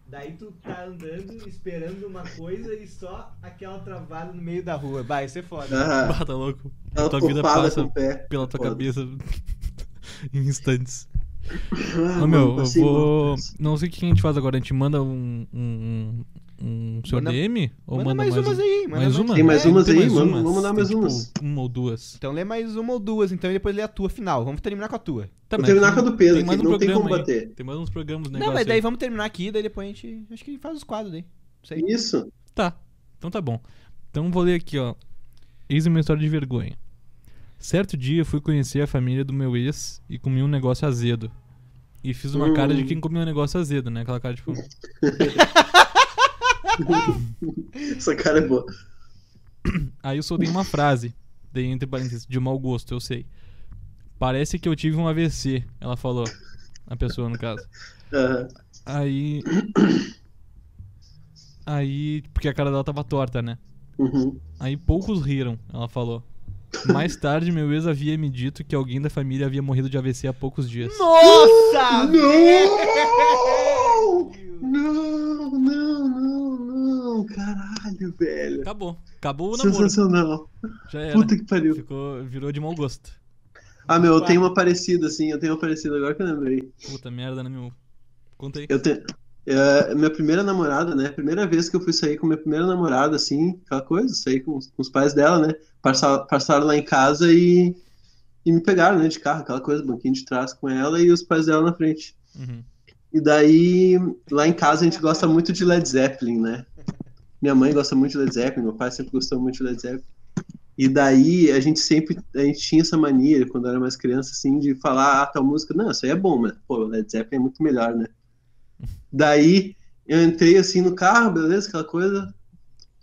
Daí tu tá andando, esperando uma coisa e só aquela travada no meio da rua. Vai, isso é foda. Ah, Ah, tá louco. ela Tua vida copada passa com o pé. pela tua Foda. cabeça [laughs] em instantes. Ah, Não, mano, meu, eu passei vou. mal. Não sei o que a gente faz agora. A gente manda um. um, um seu Manda- DM? Ou manda, mais, um- aí. Mais uma? Tem mais É, umas tem aí? mais Vamos- umas. vamos mandar Tem, mais tipo, umas. Uma ou duas. Então lê mais uma ou duas, então, e depois lê a tua final. Vamos terminar com a tua. Tá, Vou mas terminar tem- com a do Pedro, mais que um não tem programa como aí. bater. Tem mais uns programas Não, negócio mas daí aí. vamos terminar aqui, daí depois a gente. Acho que faz os quadros daí. Não sei. Isso. Tá, então tá bom. Então vou ler aqui, ó. Eis uma história de vergonha. Certo dia fui conhecer a família do meu ex e comi um negócio azedo. E fiz uma Hum. cara de quem comeu um negócio azedo, né? Aquela cara tipo. Essa cara é boa. Aí eu soltei uma frase, dei entre parênteses, de mau gosto, eu sei. Parece que eu tive um AVC, ela falou. A pessoa, no caso. Aham. Aí. Aí. Porque a cara dela tava torta, né? Uhum. Aí poucos riram, ela falou. Mais tarde, meu ex havia me dito que alguém da família havia morrido de AVC há poucos dias. Nossa! Não! Não, não, não, não. Caralho, velho. Acabou. Acabou o namoro. É, né? Sensacional. Já era. Puta que pariu. Ficou, virou de mau gosto. Ah, meu, eu tenho uma parecida, assim. Eu tenho uma parecida agora que eu lembrei. Puta merda, né, meu? Conta aí. Eu tenho. é, minha primeira namorada, né? Primeira vez que eu fui sair com minha primeira namorada, assim, aquela coisa, sair com, os- com os pais dela, né? Passaram, passaram lá em casa e, e me pegaram, né, de carro, aquela coisa, banquinho de trás com ela e os pais dela na frente. Uhum. E daí, lá em casa a gente gosta muito de Led Zeppelin, né? Minha mãe gosta muito de Led Zeppelin, meu pai sempre gostou muito de Led Zeppelin. E daí a gente sempre, a gente tinha essa mania quando era mais criança, assim, de falar, ah, tal música, não, isso aí é bom, mas, pô, Led Zeppelin é muito melhor, né? Daí eu entrei, assim, no carro, beleza, aquela coisa,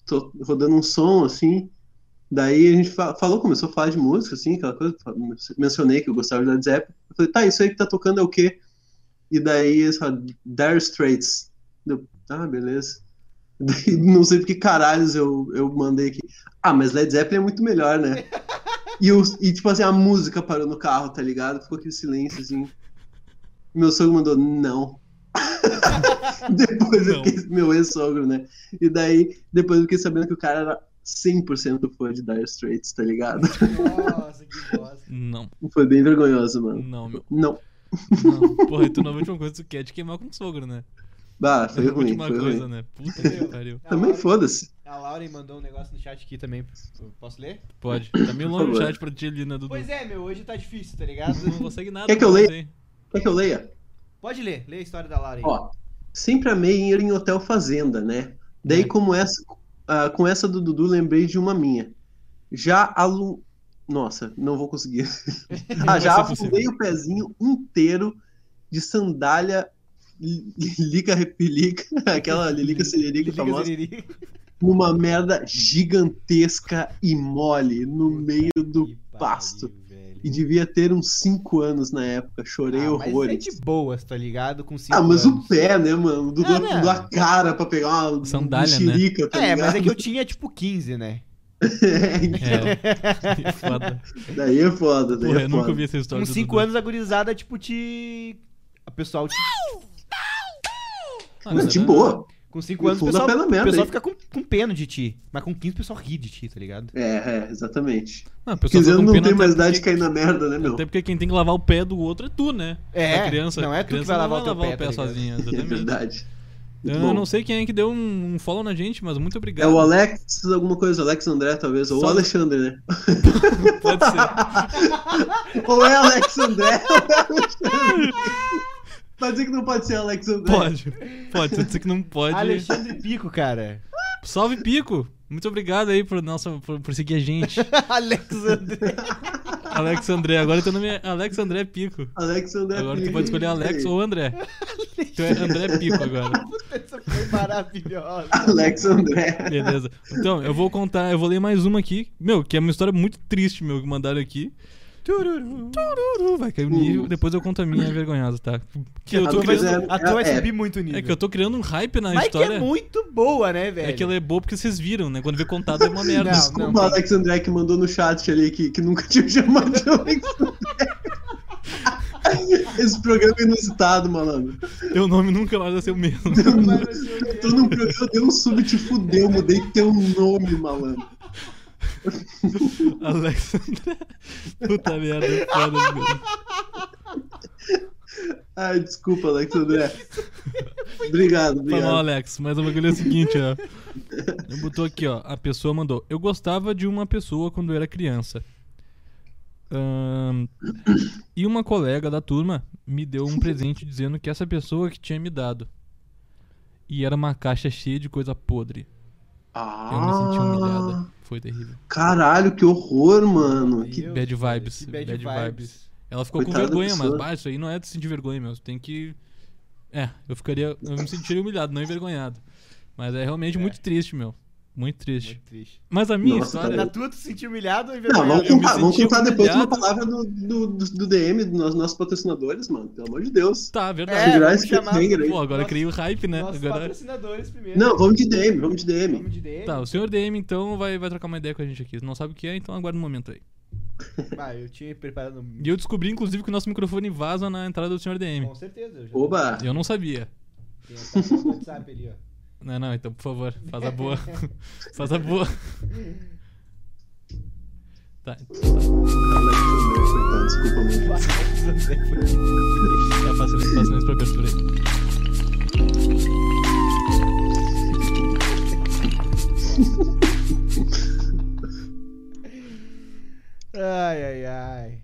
tô rodando um som, assim, daí a gente fa- falou, começou a falar de música, assim, aquela coisa, fa- mencionei que eu gostava de Led Zeppelin, eu falei, tá, isso aí que tá tocando é o quê? E daí, só, Dire Straits. Eu, ah, beleza. [laughs] Daí, não sei porque caralhos eu, eu mandei aqui. Ah, mas Led Zeppelin é muito melhor, né? E, eu, e, tipo assim, a música parou no carro, tá ligado? Ficou aquele silêncio, assim. Meu sogro mandou, não. [laughs] depois Não. eu fiquei, meu ex-sogro, né? E daí, depois eu fiquei sabendo que o cara era 100% fã de Dire Straits, tá ligado? [laughs] Nossa, que bosta. Não, Foi bem vergonhoso, mano. não, meu. Não. Não. Porra, e tu na última coisa que tu quer te queimar com o sogro, né? Bah, Ah, foi a ruim, última foi coisa, ruim. né? Puta que pariu. Também foda-se. A Lauren mandou um negócio no chat aqui também. Eu Posso ler? Pode. Tá meio longe o favor. chat pra ti ali, né, Dudu? Pois é, meu, hoje tá difícil, tá ligado? Tu Não consegue nada. Quer que eu não leia? sei. [laughs] Quer que eu leia? Pode ler, lê a história da Lauren. Ó, sempre amei ir em hotel fazenda, né? Daí, É. como essa, ah, com essa do Dudu, lembrei de uma minha. Já alu... Nossa, não vou [laughs] conseguir. Ah, vai já ser afundei o pezinho inteiro de sandália li- lilica repelica, [laughs] aquela lilica Liga celerica famosa, Ziriri. numa merda gigantesca e mole no meio do... Que pariu, pasto. velho. E devia ter uns 5 anos na época, chorei Ah, mas é horrores. de boas, tá ligado? Com cinco Ah, mas anos. o pé, né, mano? O Dudu Ah, né? afundou a cara pra pegar uma Sandália, né? mexerica, tá É, mas é ligado? que eu tinha tipo 15, né? [laughs] É, ó. foda. Daí é foda, daí Porra, é eu foda. nunca vi essa história. Com do 5 Dudu. anos a gurizada, tipo, te. A pessoal te. Ah, Mas de tipo, cara, boa. Com 5 No anos o fundo, pessoal, apela o merda, pessoal hein? fica com, com pena de ti. Mas com 15 o pessoal ri de ti, tá ligado? É, é, exatamente. Não, o pessoal Quer dizer, fica com não pena tem até mais idade de porque- cair na merda, né, meu? Até porque quem tem que lavar o pé do outro é tu, né? É, A criança, não é tu que criança vai não lavar o teu lavar pé, o pé tá ligado? sozinha, [laughs] É exatamente. verdade. Muito Eu bom. não sei quem é que deu um, um follow na gente, mas muito É obrigado. o Alex, alguma coisa, Alex André, talvez, ou o Só- Alexandre, né? Pode ser. [laughs] Ou é Alex André, [laughs] ou é Alexandre. Vai dizer que não pode ser Alex André. Pode. Pode. Você disse que não pode. Alexandre Pico, [laughs] cara. Salve, Pico. Muito obrigado aí por, nossa, por, por seguir a gente. Alexandre. Alex André. Agora teu nome é Alex André Pico. Alex André. Agora tu Pinho. pode escolher Alex Aí. ou André. Tu é André Pico agora. Puta, essa foi maravilhosa. É Alex André. Beleza. Então, eu vou contar, eu vou ler mais uma aqui. Meu, que é uma história muito triste, meu, que mandaram aqui. Tururu. Tururu. Vai cair o nível. Depois eu conto a minha vergonhosa, tá? Que eu Ah, tô não, mas criando. é- A tua vai é- subir muito o nível. É que eu tô criando um hype na Mas história. que é muito boa, né, velho? É que ela é boa porque vocês viram, né? Quando vê contado é uma merda. Não, Desculpa, tem- Alex André que mandou no chat ali que, que nunca tinha [laughs] chamado de Alex André. Esse programa é inusitado, malandro. Teu nome nunca mais vai ser o mesmo. Eu tô num programa, deu um sub te fudeu, mudei teu nome, malandro. Alexandra. Puta merda, é foda mesmo. Ai, desculpa, Alex André. Obrigado, Foi mal, obrigado. Alex, mas o bagulho é o seguinte, ó. Eu Botou aqui, ó. A pessoa mandou. Eu gostava de uma pessoa quando eu era criança. Ahn, e uma colega da turma me deu um presente dizendo que essa pessoa que tinha me dado. E era uma caixa cheia de coisa podre. Eu me senti Ah, humilhada. Foi terrível. caralho, que horror, mano. Que- Meu bad Deus, vibes, que bad vibes. Ela ficou Coitada com da vergonha, mas pessoa. bah, isso aí não é de sentir vergonha, meu. Você tem que. É, eu ficaria. Eu me sentiria humilhado, não envergonhado. Mas é realmente muito triste, meu. Muito triste. Muito triste. Mas a minha Nossa, história. tá Na tua, tu se sentiu humilhado e Não, vamos eu me contar, vamos senti contar depois uma humilhado. palavra do, do, do DM, dos nossos- nossos patrocinadores, mano. Pelo amor de Deus. Tá, É, verdade. Segurar vamos esse chamar- cliffhanger aí. Pô, agora É. Nossa- criei o hype, né? Nossos Agora. patrocinadores primeiro. Não, vamos de DM, vamos de DM. Vamos de DM. Tá, o senhor DM então vai, vai trocar uma ideia com a gente aqui. Não sabe o que é, então aguarda um momento aí. Ah, eu tinha preparado um... E eu descobri, inclusive, que o nosso microfone vaza na entrada do senhor DM. Com certeza. Eu já Oba! Eu não sabia. Tem essa no WhatsApp ali, ó. Não, não, então, por favor, faz a [laughs] boa. faz a boa. Tá, Coitado, Desculpa, mano. já faço isso, faço isso pra abertura aí. Ai, ai, ai.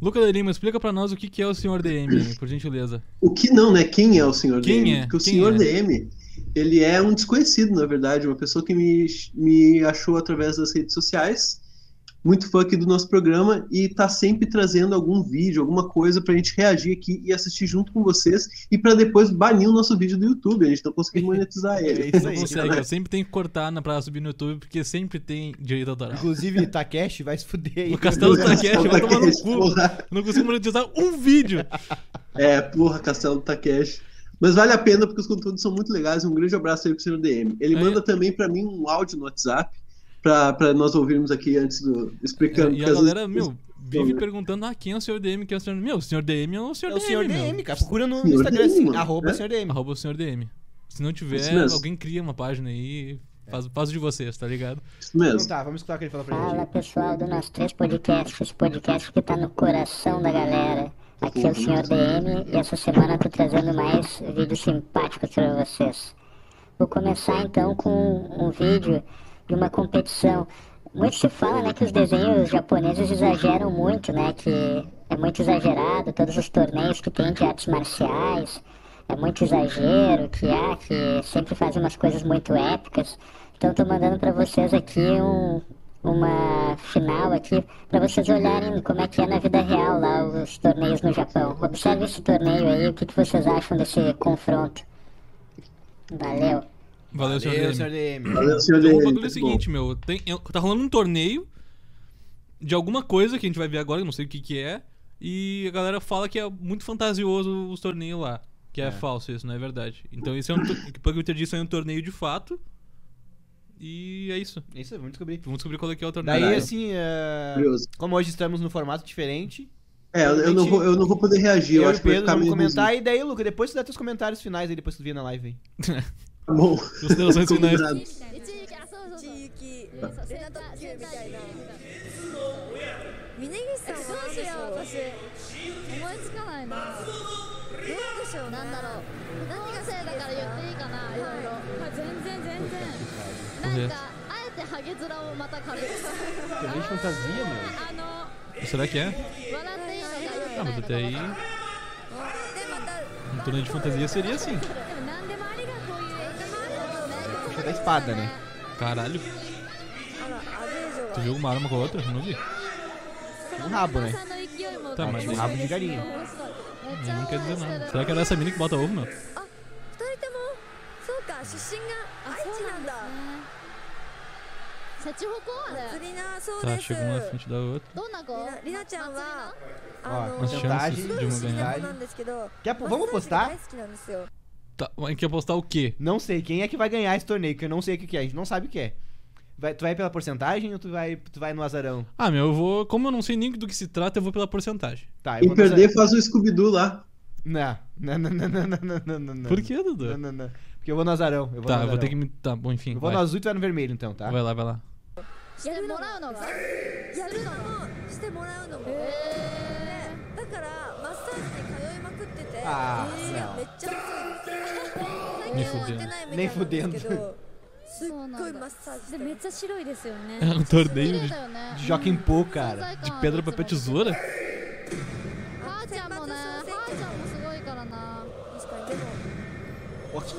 Luca da Lima, explica pra nós o que que é o senhor DM, [laughs] aí, por gentileza. O que não, né? Quem é o senhor Quem DM? é? Porque o Quem senhor é? DM, ele é um desconhecido, na verdade, uma pessoa que me, me achou através das redes sociais, muito fã aqui do nosso programa, e tá sempre trazendo algum vídeo, alguma coisa pra gente reagir aqui e assistir junto com vocês, e pra depois banir o nosso vídeo do YouTube, a gente não conseguiu [laughs] monetizar É ele. isso Não aí. consegue, eu sempre tenho que cortar na, pra subir no YouTube, porque sempre tem direito autoral. Inclusive, Takeshi vai se fuder aí. É O [laughs] Castelo Takeshi vai tomar no cu. Porra. Não consigo monetizar um vídeo. É, porra, Castelo do Takeshi. Mas vale a pena porque os conteúdos são muito legais. Um grande abraço aí pro senhor DM. Ele Aí- manda também pra mim um áudio no WhatsApp pra, pra nós ouvirmos aqui antes do. É, explicando. e porque a às vezes- galera, meu, vive perguntando, ah, quem é o senhor DM, quem é o senhor DM? Meu, o senhor DM é o senhor É o DM, senhor meu. DM, cara. Procura no Senhor Instagram DM, assim, mano. arroba É? senhor DM. Arroba o senhor DM. Se não tiver, Isso mesmo. alguém cria uma página aí, faz, faz o de vocês, tá ligado? Isso mesmo. Então tá, vamos escutar o que ele fala pra gente. Fala pessoal do nosso três podcast, esse podcast que tá no coração da galera. Aqui é o Sr. DM e essa semana eu tô trazendo mais vídeos simpáticos pra vocês. Vou começar então com um vídeo de uma competição. Muito se fala né, que os desenhos japoneses exageram muito, né? Que é muito exagerado, todos os torneios que tem de artes marciais, é muito exagero, que há, que sempre fazem umas coisas muito épicas. Então tô mandando pra vocês aqui um, uma final aqui, pra vocês olharem como é que é na vida real lá os torneios no Japão. Observe esse torneio aí, o que, que vocês acham desse confronto. Valeu! Valeu, senhor Valeu, DM. senhor DM. Valeu, senhor Então, o DM. bagulho é o muito seguinte, meu. Tem, eu- tá rolando um torneio de alguma coisa que a gente vai ver agora, eu não sei o que que é. E a galera fala que é muito fantasioso os torneios lá. Que é, falso isso, não é verdade. Então esse é um... tor- Pelo que eu te disse, é um torneio de fato. E é isso. É Isso, vamos descobrir. Vamos descobrir qual é que é o torneio. Daí, Caralho. assim, é, bom. Curioso. como hoje estamos no formato diferente, É, eu, eu não vou, eu não vou poder reagir. eu, Eu, e acho o que vai Pedro ficar vamos meio. comentar. E daí, Luca, depois tu dá teus comentários finais aí, depois que tu vir na live aí. Tá [laughs] bom. Considerações finais. Combinado. 地域セナ特急みたいな峯岸さんは何でしょう私思いつかないなどうでしょうなんだろう何がせいだから言っていいかないろいろ全然全然なんかあえてハゲ面をまたかぶる Também de fantasia, meu. あの Será que é? 笑っていいのか良 Ah, mas くな até い aí. のか Um torneio de fantasia seria assim. でも何でもありがこういう映画 Acho que é da espada, né? Caralho. Tu viu uma arma com a outra? Eu não vi. Um rabo, né? さんの勢いも Tá, mas Um rabo de galinha. 面白いめっち Não ゃ quer 応 dizer 援してる nada. Será que era essa mina que bota ovo, meu? あ、二人ともそうか、出身が愛知なんだシャチホコあれリナ、そう Tá, です chegou uma na frente da outra. どんな子リナリナちゃんはあの、 Ó, As す chances porcentagem de uma ごい不思議な ganhar. 子なんですけど Quer, vamos マッサージ postar? が大好きなんですよ Tá, mas tem que apostar o quê? Não sei quem é que vai ganhar esse torneio, porque eu não sei o que que é, a gente não sabe o que é. Vai- tu vai pela porcentagem ou tu vai, tu vai no azarão? Ah, meu, eu vou. Como eu não sei nem do que se trata, eu vou pela porcentagem. Tá, eu Quem vou no perder faz o Scooby-Doo lá. azarão. Não, não, não, não, não, não, não, não, não. Por quê, Dudu? Não, não, não. Porque É. eu vou no azarão. Eu vou no Tá, eu azarão. vou ter que me. Tá, bom, enfim. Eu vou Vai. no azul e tu vai no vermelho, então, tá? vai lá, vai lá. [laughs] してもらうのがやるのもしてもらうのもへだからマッサージに通いまくっててあー足がめっちゃ熱いね最近は行ってないみたいなんですけどすっそうごいなマんッだサージしてでるめっちゃ白いですよね É um 綺 torneio 麗 de だよね Joaquim Pô, cara. 存在感ある pedra, papel, tesoura? はーちゃんもねはーちゃんもすごいからな確かにでも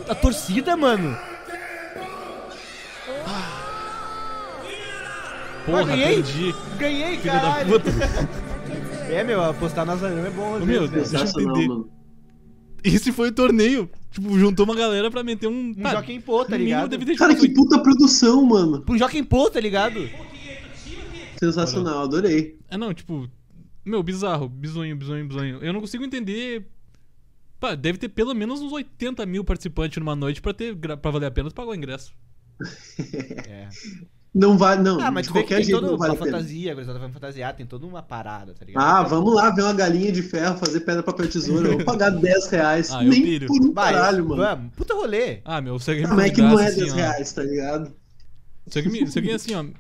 A torcida, mano! Porra, ganhei. perdi. Ganhei, Filho da caralho! puta. É, meu, apostar no azarão é bom. às Ô, meu, vezes, Deus. né? Sensacional, entender. mano. Esse foi o torneio. Tipo, juntou uma galera pra meter um. Um Joaquim Pô, tá no mínimo ligado? deve ter Cara, tipo, que puta produção, mano. Pro Joaquim Pô, tá [laughs] ligado? Sensacional, adorei. É não, tipo. Meu, bizarro, bizonho, bizonho, bizonho. Eu não consigo entender. Pá, deve ter pelo menos uns 80 mil participantes numa noite pra, ter, gra- pra valer a pena tu pagar o ingresso. É. Não vale, não. Ah, mas de tu vê que qualquer tem jeito toda não uma vale a pena. fantasia, a gurizada vai fantasiar, tem toda uma parada, tá ligado? Ah, vamos lá ver uma galinha de ferro fazer pedra, papel, tesoura. Eu vou pagar 10 reais. Ah, eu Nem piro. por um Vai, caralho, mano. Vamos, puta rolê. Ah, meu, se alguém me Como é que não é convidasse 10 assim, ó. reais, tá ligado? Se alguém, me- se alguém assim, [laughs] ó. Me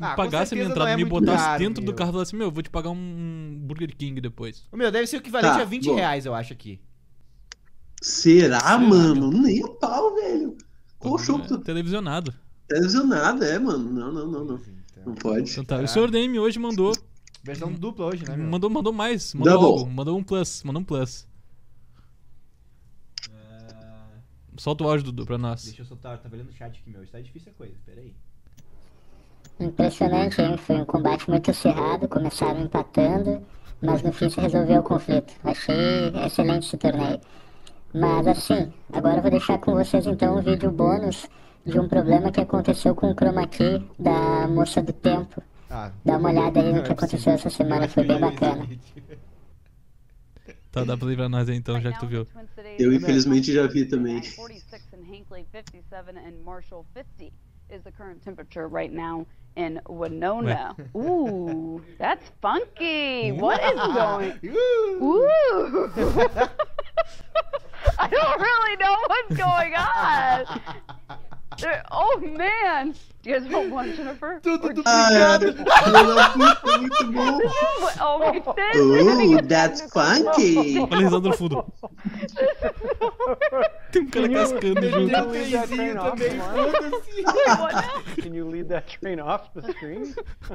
Ah, com pagasse a minha certeza entrada, não é me muito botasse caro, dentro meu. do carro e falasse, meu, eu vou te pagar um Burger King depois. O meu, deve ser o equivalente Tá, a 20 boa. reais, eu acho, aqui. Será, Será, mano? Nem o pau, velho. Qual Tá show que tu Televisionado. tá lesionado, é, mano? Não, não, não, não. Não pode. Então tá, o Caralho. senhor DM hoje mandou. Versão dupla hoje, né, meu? Mandou, mandou mais. Mandou Double. algo. Mandou um plus. Mandou um plus. É. Solta o áudio, Dudu, pra nós. Deixa eu soltar, tá vendo o chat aqui, meu. Isso tá difícil a coisa, peraí. Impressionante, hein? Foi um combate muito acirrado, começaram empatando, mas no fim se resolveu o conflito. Achei excelente esse torneio. Mas assim, agora eu vou deixar com vocês então um vídeo bônus de um problema que aconteceu com o chroma key da moça do tempo. Ah, Dá uma olhada aí no que aconteceu essa semana, foi bem bacana. Tá, dá play pra nós aí então, já que tu viu. Eu, infelizmente, já vi também. Is the current temperature right now in Winona? Ooh, that's funky. What is going? [laughs] Uh! Ooh, [laughs] Uh! I don't really know what's going on. There- oh man, do you guys want one, [laughs] Jennifer? Or two? Ah, é. Filha da puta, muito [laughs] bom. [laughs] Oh my goodness, we're gonna Oh, get [laughs] that's funky. Olha a risada no fundo. Tem um cara cascando junto. Dá trenzinho também, foda-se. Can you lead that train off the screen? Ah,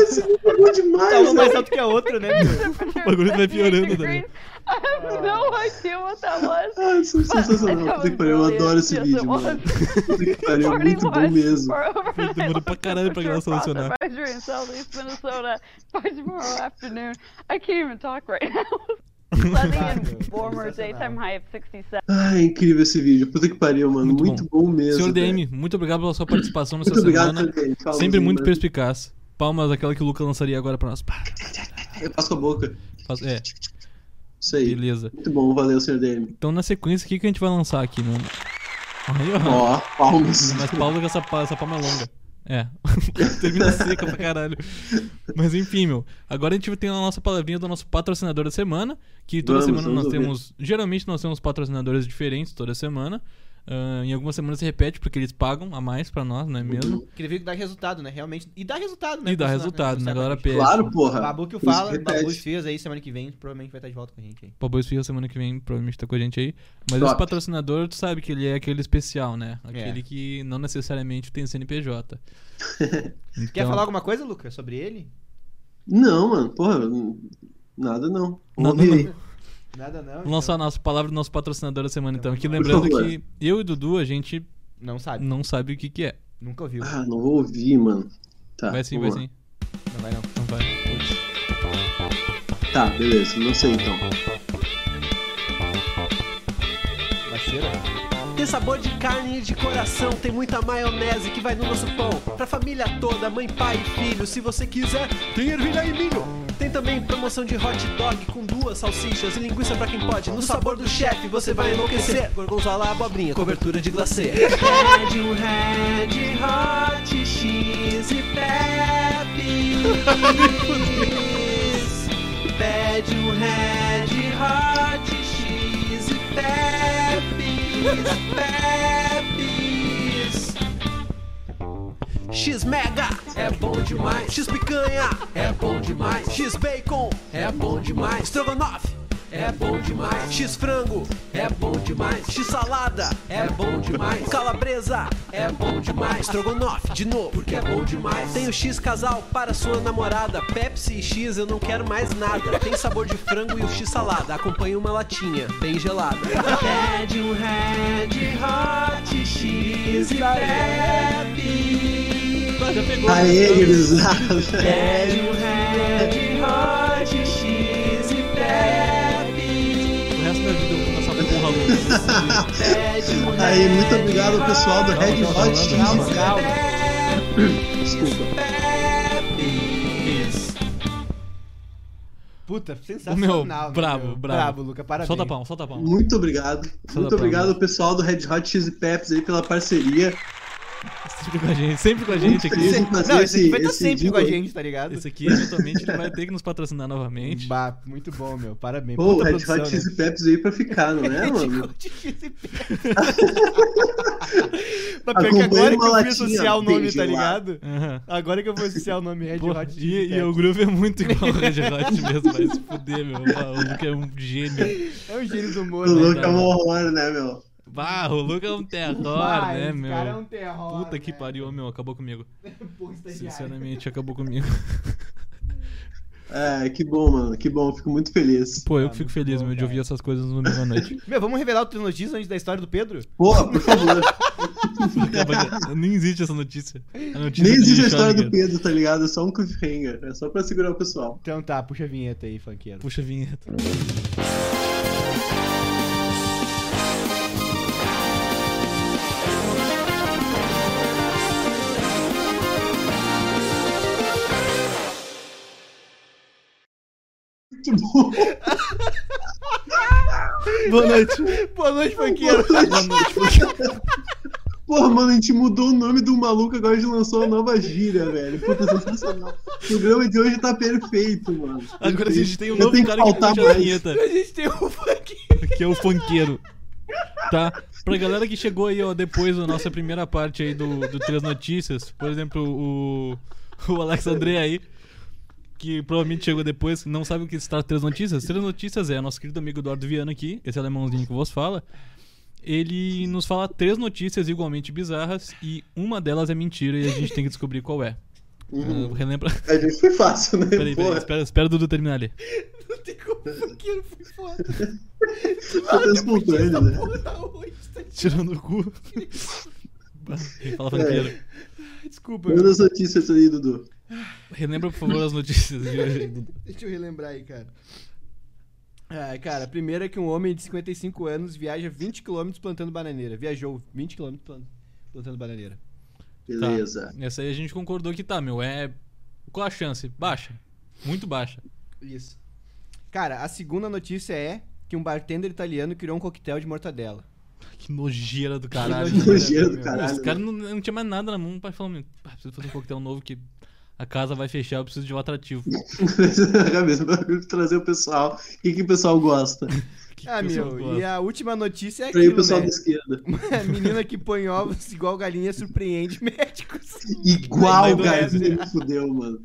esse vídeo é bom Tá demais, um mais né? alto que a outra, né, meu? O bagulho vai piorando, tá degrees. ligado? [laughs] I have no idea what that was. [laughs] Ah, isso é sensacional. Puta que pariu, eu adoro esse Yes, vídeo, it mano. was. Puta que pariu, é Already muito bom was mesmo. for overnight Demorou pra caralho pra temperature ela selecionar. process measure in southeast Minnesota by tomorrow afternoon. I can't even talk right now. [laughs] [laughs] Sunny and warmer daytime high of 67. Ah, é incrível esse vídeo. Puta que pariu, mano. Muito Muito bom mesmo. Senhor velho. DM, muito obrigado pela sua participação nessa Muito obrigado, semana. Senhor DM. Palmas Sempre aí, muito mano. perspicaz. Palmas, aquela que o Luca lançaria agora pra nós. Pá, Eu passo com É, a boca. faz- É, Isso aí. beleza. Muito bom, valeu, senhor DM. Então, na sequência, o que, que a gente vai lançar aqui, mano? Aí, ó. Ó, palmas. Mas pausa que essa, pa- essa palma é longa. É. [laughs] Termina seca pra caralho. Mas enfim, meu. Agora a gente tem a nossa palavrinha do nosso patrocinador da semana. Que toda Vamos, semana vamos nós ouvir. temos. Geralmente nós temos patrocinadores diferentes toda semana. Ah, em algumas semanas se repete, porque eles pagam a mais pra nós, Uhum. não é mesmo? Queria ver que dá resultado, né? Realmente. E dá resultado, né? E dá resultado, né? A galera pede. Claro, O Tá porra. Babu que o Por isso é fala, que o Babu repete. Esfias aí semana que vem, provavelmente vai estar de volta com a gente aí. Pablo Esfirra semana que vem provavelmente tá com a gente aí. Mas Top. esse patrocinador, tu sabe que ele é aquele especial, né? Aquele É. que não necessariamente tem [laughs] CNPJ. Quer Então- falar alguma coisa, Lucas, sobre ele? Não, mano, porra, nada não. Nada Ouve não. aí. Nada não. Vamos lançar a nossa palavra do nosso patrocinador da semana, então. Aqui lembrando favor. que eu e Dudu, a gente Não sabe. não sabe o que, que é. Nunca [laughs] ouviu. Ah, não vou ouvir, mano. Tá, Vai sim, vai vamos sim. Não vai não. Então vai. Putz. lá. Tá, beleza, não sei então. Baixeira. Tem sabor de carne e de coração, tem muita maionese que vai no nosso pão. Pra família toda, mãe, pai e filho, se você quiser, tem ervilha e milho. Tem também promoção de hot dog com duas salsichas e linguiça pra quem pode. No sabor do chefe, você vai enlouquecer. Gorgonzola, abobrinha, cobertura de glacê. Pede um Red Hot X e [laughs] Pepe. Pede um Red Hot X e Pepis, Pepis. X Mega é bom demais. X Picanha é bom demais. X Bacon é bom demais. Strogonoff é bom demais. X Frango é bom demais. X Salada é bom demais. Calabresa é bom demais. Strogonoff de novo porque é bom demais. Tem o X Casal para sua namorada. Pepsi e X eu não quero mais nada. Tem sabor de frango e o X Salada. Acompanha uma latinha bem gelada. Pede um Red Hot X e bebe. Já pegou. Aê, gurizada. Pede um Red Hot X e bebe. O resto da vida eu vou nessa porra louca. Pede um Aê, muito obrigado ao pessoal do Calma, Red calma, Hot calma, Chili. calma. Desculpa. Pepes. Puta, O meu, sensacional. né, bravo, bravo. meu? Bravo, Luca, parabéns. Solta pão, solta pão. Muito obrigado. Muito palma. obrigado ao pessoal do Red Hot Chili Peps aí pela parceria. Sempre com a gente, sempre com a gente Muito aqui. feliz em fazer Não, esse, aqui esse vai estar esse sempre com a jingle. gente, tá ligado? Esse aqui, é eventualmente, ele vai ter que nos patrocinar novamente. Bah, muito bom, meu. Parabéns. Pô, o Puta Red produção, Hot né? [laughs] Tipo, Chili Peps veio pra ficar, não é, mano? [laughs] Mas pior que agora Acompanha que uma eu fui latinha associar o nome, bem tá gelada. ligado? Aham. Agora que eu vou associar o nome Red Porra, Hot Chili e, e o Peppers. Groove é muito igual ao Red Hot mesmo, vai se fuder, meu. O Luca é um gênio. É o gênio do humor, O né? louco é um horror, né, meu? Bah, o Luca é um terror, Ah, né, esse meu? cara é um terror, Puta que né? tá pariu, meu. Acabou comigo. Pô, estagiário. Sinceramente, acabou comigo. [laughs] É, que bom, mano. Que bom, fico muito feliz. Pô, eu Ah, que fico muito feliz, bom, meu, de cara. ouvir essas coisas no domingo à [laughs] noite. Meu, vamos revelar o Três Notícias antes da história do Pedro? Porra, por [laughs] favor. Tipo Acaba que- Nem existe essa notícia. A notícia Nem de existe a história do Schrödinger. Pedro, tá ligado? É só um cliffhanger. É só pra segurar o pessoal. Então tá, puxa a vinheta aí, funkeiro. Puxa a vinheta. Muito bom. Boa noite. Boa noite, funkeiro. [laughs] Porra, mano, a gente mudou o nome do maluco, agora a gente lançou a nova gíria, velho. Puta, é sensacional. O programa de hoje tá perfeito, mano. Agora a gente tem um Eu novo tenho que cara que faltar puxa a mais. vinheta. A gente tem o funkeiro. que é o funkeiro. Tá? Pra galera que chegou aí, ó, depois da nossa primeira parte aí do, do Três Notícias, por exemplo, o, o Alex André aí, que provavelmente chegou depois, não sabe o que se trata Três Notícias. Três Notícias é nosso querido amigo Eduardo Viana aqui, esse alemãozinho que vos fala. Ele nos fala três notícias igualmente bizarras e uma delas é mentira e a gente tem que descobrir qual é. Uhum. Ah, [laughs] relembra. A gente foi fácil, né? Peraí, peraí, Porra, espera, espera o Dudu terminar ali. Não tem como, funkeiro foi [laughs] foda. foi tão espontâneo, né? Porra, tá hoje, tá- Tirando o cu. Bah, [laughs] Fala, funkeiro. Desculpa, Manda as notícias aí, Dudu. Relembra, por favor, as notícias de hoje, Dudu. Deixa eu relembrar aí, cara. Ah, cara, a primeira é que um homem de 55 anos viaja 20km plantando bananeira. Viajou 20km plan- plantando bananeira. Tá. Beleza. Essa aí a gente concordou que tá, meu. É. Qual a chance? Baixa. Muito baixa. Isso. Cara, a segunda notícia é que um bartender italiano criou um coquetel de mortadela. Que nojeira do caralho. Que nojeira do né? caralho, Os caras não, não tinha mais nada na mão. O pai falou: "Meu, ah, preciso fazer um coquetel novo que a casa vai fechar, eu preciso de um atrativo. Era é mesmo, pra trazer o pessoal. O que, que o pessoal gosta? Que Ah, pessoa meu, gosta. e a última notícia é Pra aí o aquilo, pessoal né? da esquerda. A [laughs] menina que põe ovos igual galinha surpreende médicos. Igual Lembra do galinha, fudeu, mano.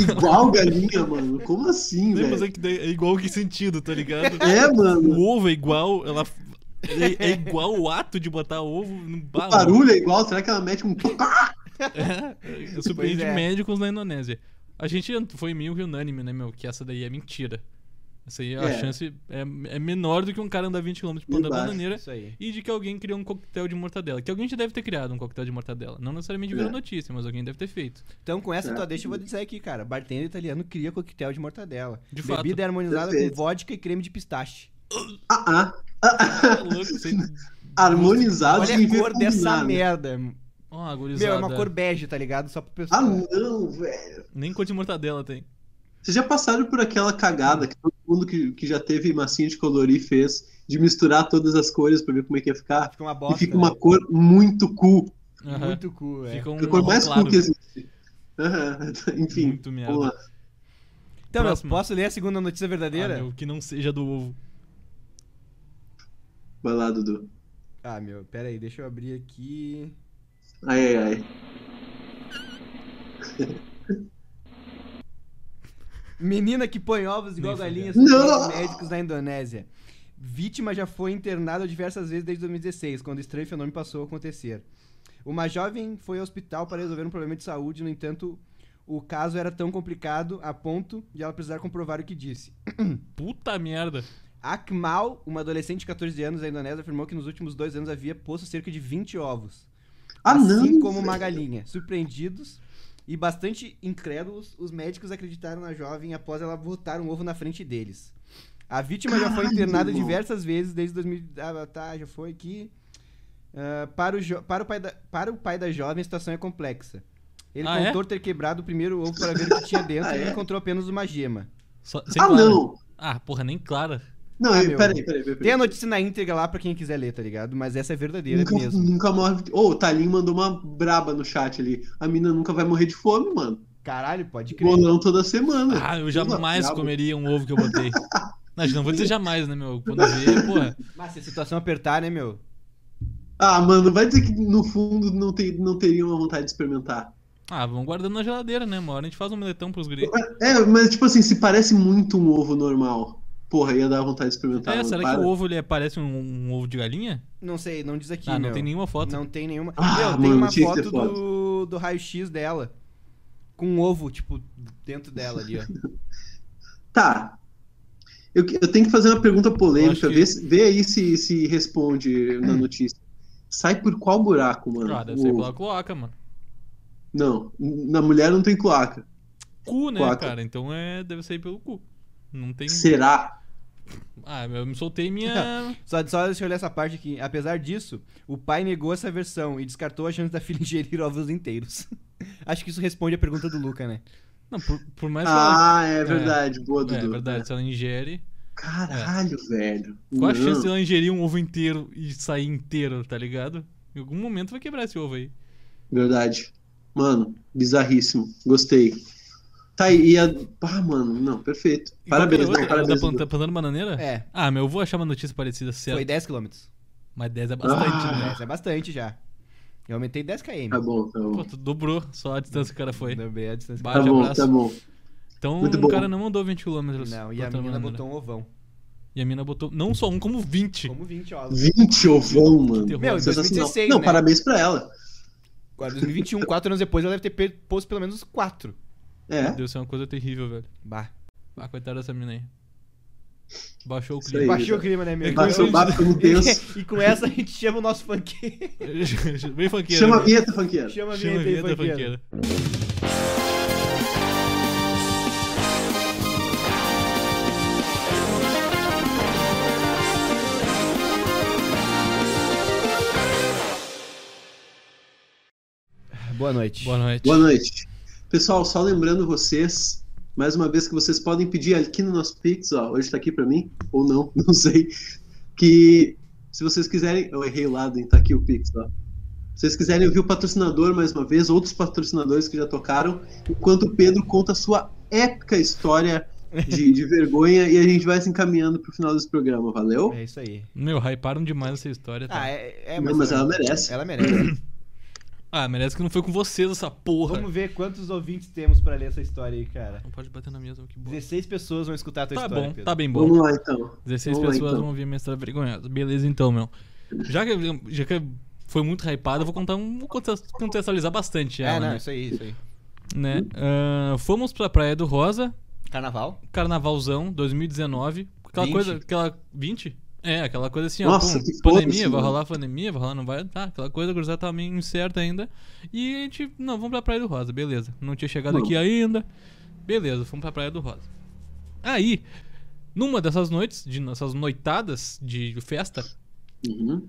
Igual galinha, mano. Como assim, Não, velho? mas é, que daí é igual que sentido, tá ligado? É, mano. O ovo é igual, ela. É, é igual o ato de botar ovo no O barro. barulho é igual, será que ela mete um. [laughs] É, surpreende Pois é. médicos na Indonésia. A gente foi meio que unânime, né, meu? Que essa daí é mentira. Essa aí a É. chance é, é menor do que um cara andar 20km por Bem andar baixo. bananeira Isso aí. e de que alguém criou um coquetel de mortadela. Que alguém já deve ter criado um coquetel de mortadela. Não necessariamente virou É. notícia, mas alguém deve ter [laughs] feito. Então, com essa É. tua deixa, eu vou dizer aqui, cara. Bartender italiano cria coquetel de mortadela. De fato. Bebida é harmonizada Perfeito. com vodka e creme de pistache. Ah, ah. Ah, Tá louco, você... ah. Harmonizado Olha a significa cor dessa combinado. merda. Ó, a Meu, é uma gurizada. cor bege, tá ligado? Só pro pessoal. Ah, não, velho. Nem cor de mortadela tem. Vocês já passaram por aquela cagada que todo mundo que, que já teve massinha de colorir fez, de misturar todas as cores pra ver como é que ia ficar? Fica uma bosta. e fica né? uma cor muito cool. Aham. Muito cu, é. Fica um A cor mais claro. cool que existe. Aham, [laughs] assim, Enfim, Muito Uhum. merda. Ah, vamos lá. Então, meu, Próxima. posso ler a segunda notícia verdadeira? Ah, meu, que não seja do ovo. Vai lá, Dudu. Ah, meu, pera aí, deixa eu abrir aqui. Ai, ai, ai. Menina que põe ovos igual Nem galinha fudendo. surpreende Não! médicos na Indonésia. Vítima já foi internada diversas vezes desde 2016, quando o estranho fenômeno passou a acontecer. Uma jovem foi ao hospital para resolver um problema de saúde, no entanto, o caso era tão complicado a ponto de ela precisar comprovar o que disse. Puta merda. Akmal, uma adolescente de 14 anos da Indonésia, afirmou que nos últimos dois anos havia posto cerca de 20 ovos. Ah, não! assim como uma velho. galinha. Surpreendidos e bastante incrédulos, os médicos acreditaram na jovem após ela botar um ovo na frente deles. A vítima já foi Caralho, internada irmão. diversas vezes desde 2000. Ah, tá, já foi aqui. Ah, para, o jo- para, o pai da... para o pai da jovem, a situação é complexa. Ele Ah, é? contou ter quebrado o primeiro ovo para ver o que tinha [laughs] dentro Ah, e é? encontrou apenas uma gema. Só- sem Ah, clara. não! Ah, porra, nem clara. Não, Ah, eu- meu. peraí, peraí, peraí. Tem a notícia na íntegra lá pra quem quiser ler, tá ligado? Mas essa é verdadeira Nunca, mesmo. nunca morre. Ô, o Talinho mandou uma braba no chat ali. A mina nunca vai morrer de fome, mano. Caralho, pode crer. Bolão toda semana. Ah, eu jamais brabo. comeria um ovo que eu botei. Não, não vou dizer jamais, né, meu? Quando ver, porra. Mas se a situação apertar, né, meu? Ah, mano, vai dizer que no fundo não, tem, não teria uma vontade de experimentar. Ah, vamos guardando na geladeira, né? Uma hora a gente faz um meletão pros gris. É, mas tipo assim, se parece muito um ovo normal, porra, ia dar vontade de experimentar. É, mano, será que Tá, para. o ovo ele é- parece um, um ovo de galinha? Não sei, não diz aqui, ah, não meu. tem nenhuma foto. Não tem nenhuma. Ah, Meu, tem mano, uma tinha que ter foto foto. do, do raio-x dela. Com um ovo, tipo, dentro [laughs] dela ali, ó. Tá. Eu, que- eu tenho que fazer uma pergunta polêmica, Eu acho que- Hum. vê, se- vê aí se, se responde na notícia. Sai por qual buraco, mano? Ah, deve O ser ovo? pela cloaca, mano. Não, na mulher não tem cloaca. Cu, né, Cloaca. cara? Então é, deve sair pelo cu. Não tem. Será? Ah, eu me soltei [laughs] minha. Só, só deixa eu ler essa parte aqui. Apesar disso, o pai negou essa versão e descartou a chance da filha [laughs] ingerir ovos inteiros. [laughs] Acho que isso responde a pergunta do [laughs] Luca, né? Não, por, por mais que ela. Ah, é verdade. Boa, Dudu. É verdade, se ela ingere. Caralho, velho. É. Qual a Não. chance de ela ingerir um ovo inteiro e sair inteiro, tá ligado? Em algum momento vai quebrar esse ovo aí. Verdade. Mano, bizarríssimo. Gostei. Tá aí. E a... Ah, mano, não, perfeito. E Parabéns, qual que não, era a outra? é parabéns. Da planta, plantando bananeira? É, Ah, meu, eu vou achar uma notícia parecida, certo? foi 10 km. Mas 10 é bastante, Ah. né? Essa é bastante já. Eu aumentei 10 km. Tá bom, tá Ah, bom. Pô, tu dobrou só a distância que o cara foi. Também a distância. Bah, Tá Bate bom, abraço. tá bom. Então Muito o bom. cara não andou 20 km. Não, e a menina botou um ovão. né? E a mina botou não só um, como 20. Como 20 ovos. 20 ovão, mano. terror. Meu, em Sensacional. 2016, Não, né? parabéns pra ela. Agora, 2021, 4 um, anos depois, ela deve ter pe- posto pelo menos 4. É. Deu ser uma coisa terrível, velho. Bah. Ah, coitada dessa mina aí. Baixou o Isso clima. Baixou o clima, né, meu? Bateu o [laughs] papo no [laughs] tenso. E com essa a gente chama o [laughs] nosso funkeiro. [laughs] Bem funkeira. Chama a né? vinheta, funkeira. Chama a Chama a vinheta aí, vinheta, funkeiro. funkeira. Boa noite. Boa noite. Boa noite. Pessoal, só lembrando vocês, mais uma vez que vocês [laughs] podem pedir aqui no nosso Pix, ó, hoje tá aqui pra mim, ou não, não sei, que Se vocês quiserem. Eu errei o lado, hein? Tá aqui o Pix, ó. Se vocês quiserem ouvir o patrocinador mais uma vez, outros patrocinadores que já tocaram, enquanto o Pedro conta a sua épica história de, de vergonha e a gente vai se encaminhando pro final desse programa, valeu? É isso aí. Meu, hyparam demais essa história. Tá? Ah, Ah, é, é, Não, mas ela merece. Ela merece. [coughs] Ah, merece que não foi com vocês essa porra. Vamos ver quantos ouvintes temos pra ler essa história aí, cara. Não pode bater na mesa, que boa. 16 pessoas vão escutar a tua Tá história. bom, Pedro. tá bem Vamos bom. lá então. 16 Vamos lá, pessoas então. vão ouvir minha história vergonhosa. Beleza então, meu. Já que, já que foi muito hypado, eu vou contar um. Vou conte- contextualizar bastante ela, É, não, né? isso aí, isso aí. né? Ah, fomos pra Praia do Rosa, Carnaval? carnavalzão 2019. Aquela 20. coisa. Aquela. 20? É, aquela coisa assim, Nossa, ó. pum, que né? foda-se, pandemia, vai mano. rolar pandemia, vai rolar, não vai. Tá, aquela coisa, a gurizada tava meio incerta ainda. E a gente. Não, vamos pra Praia do Rosa, beleza. Não tinha chegado Vamos. aqui ainda. Beleza, fomos pra Praia do Rosa. Aí, numa dessas noites, de nossas noitadas de festa, Uhum.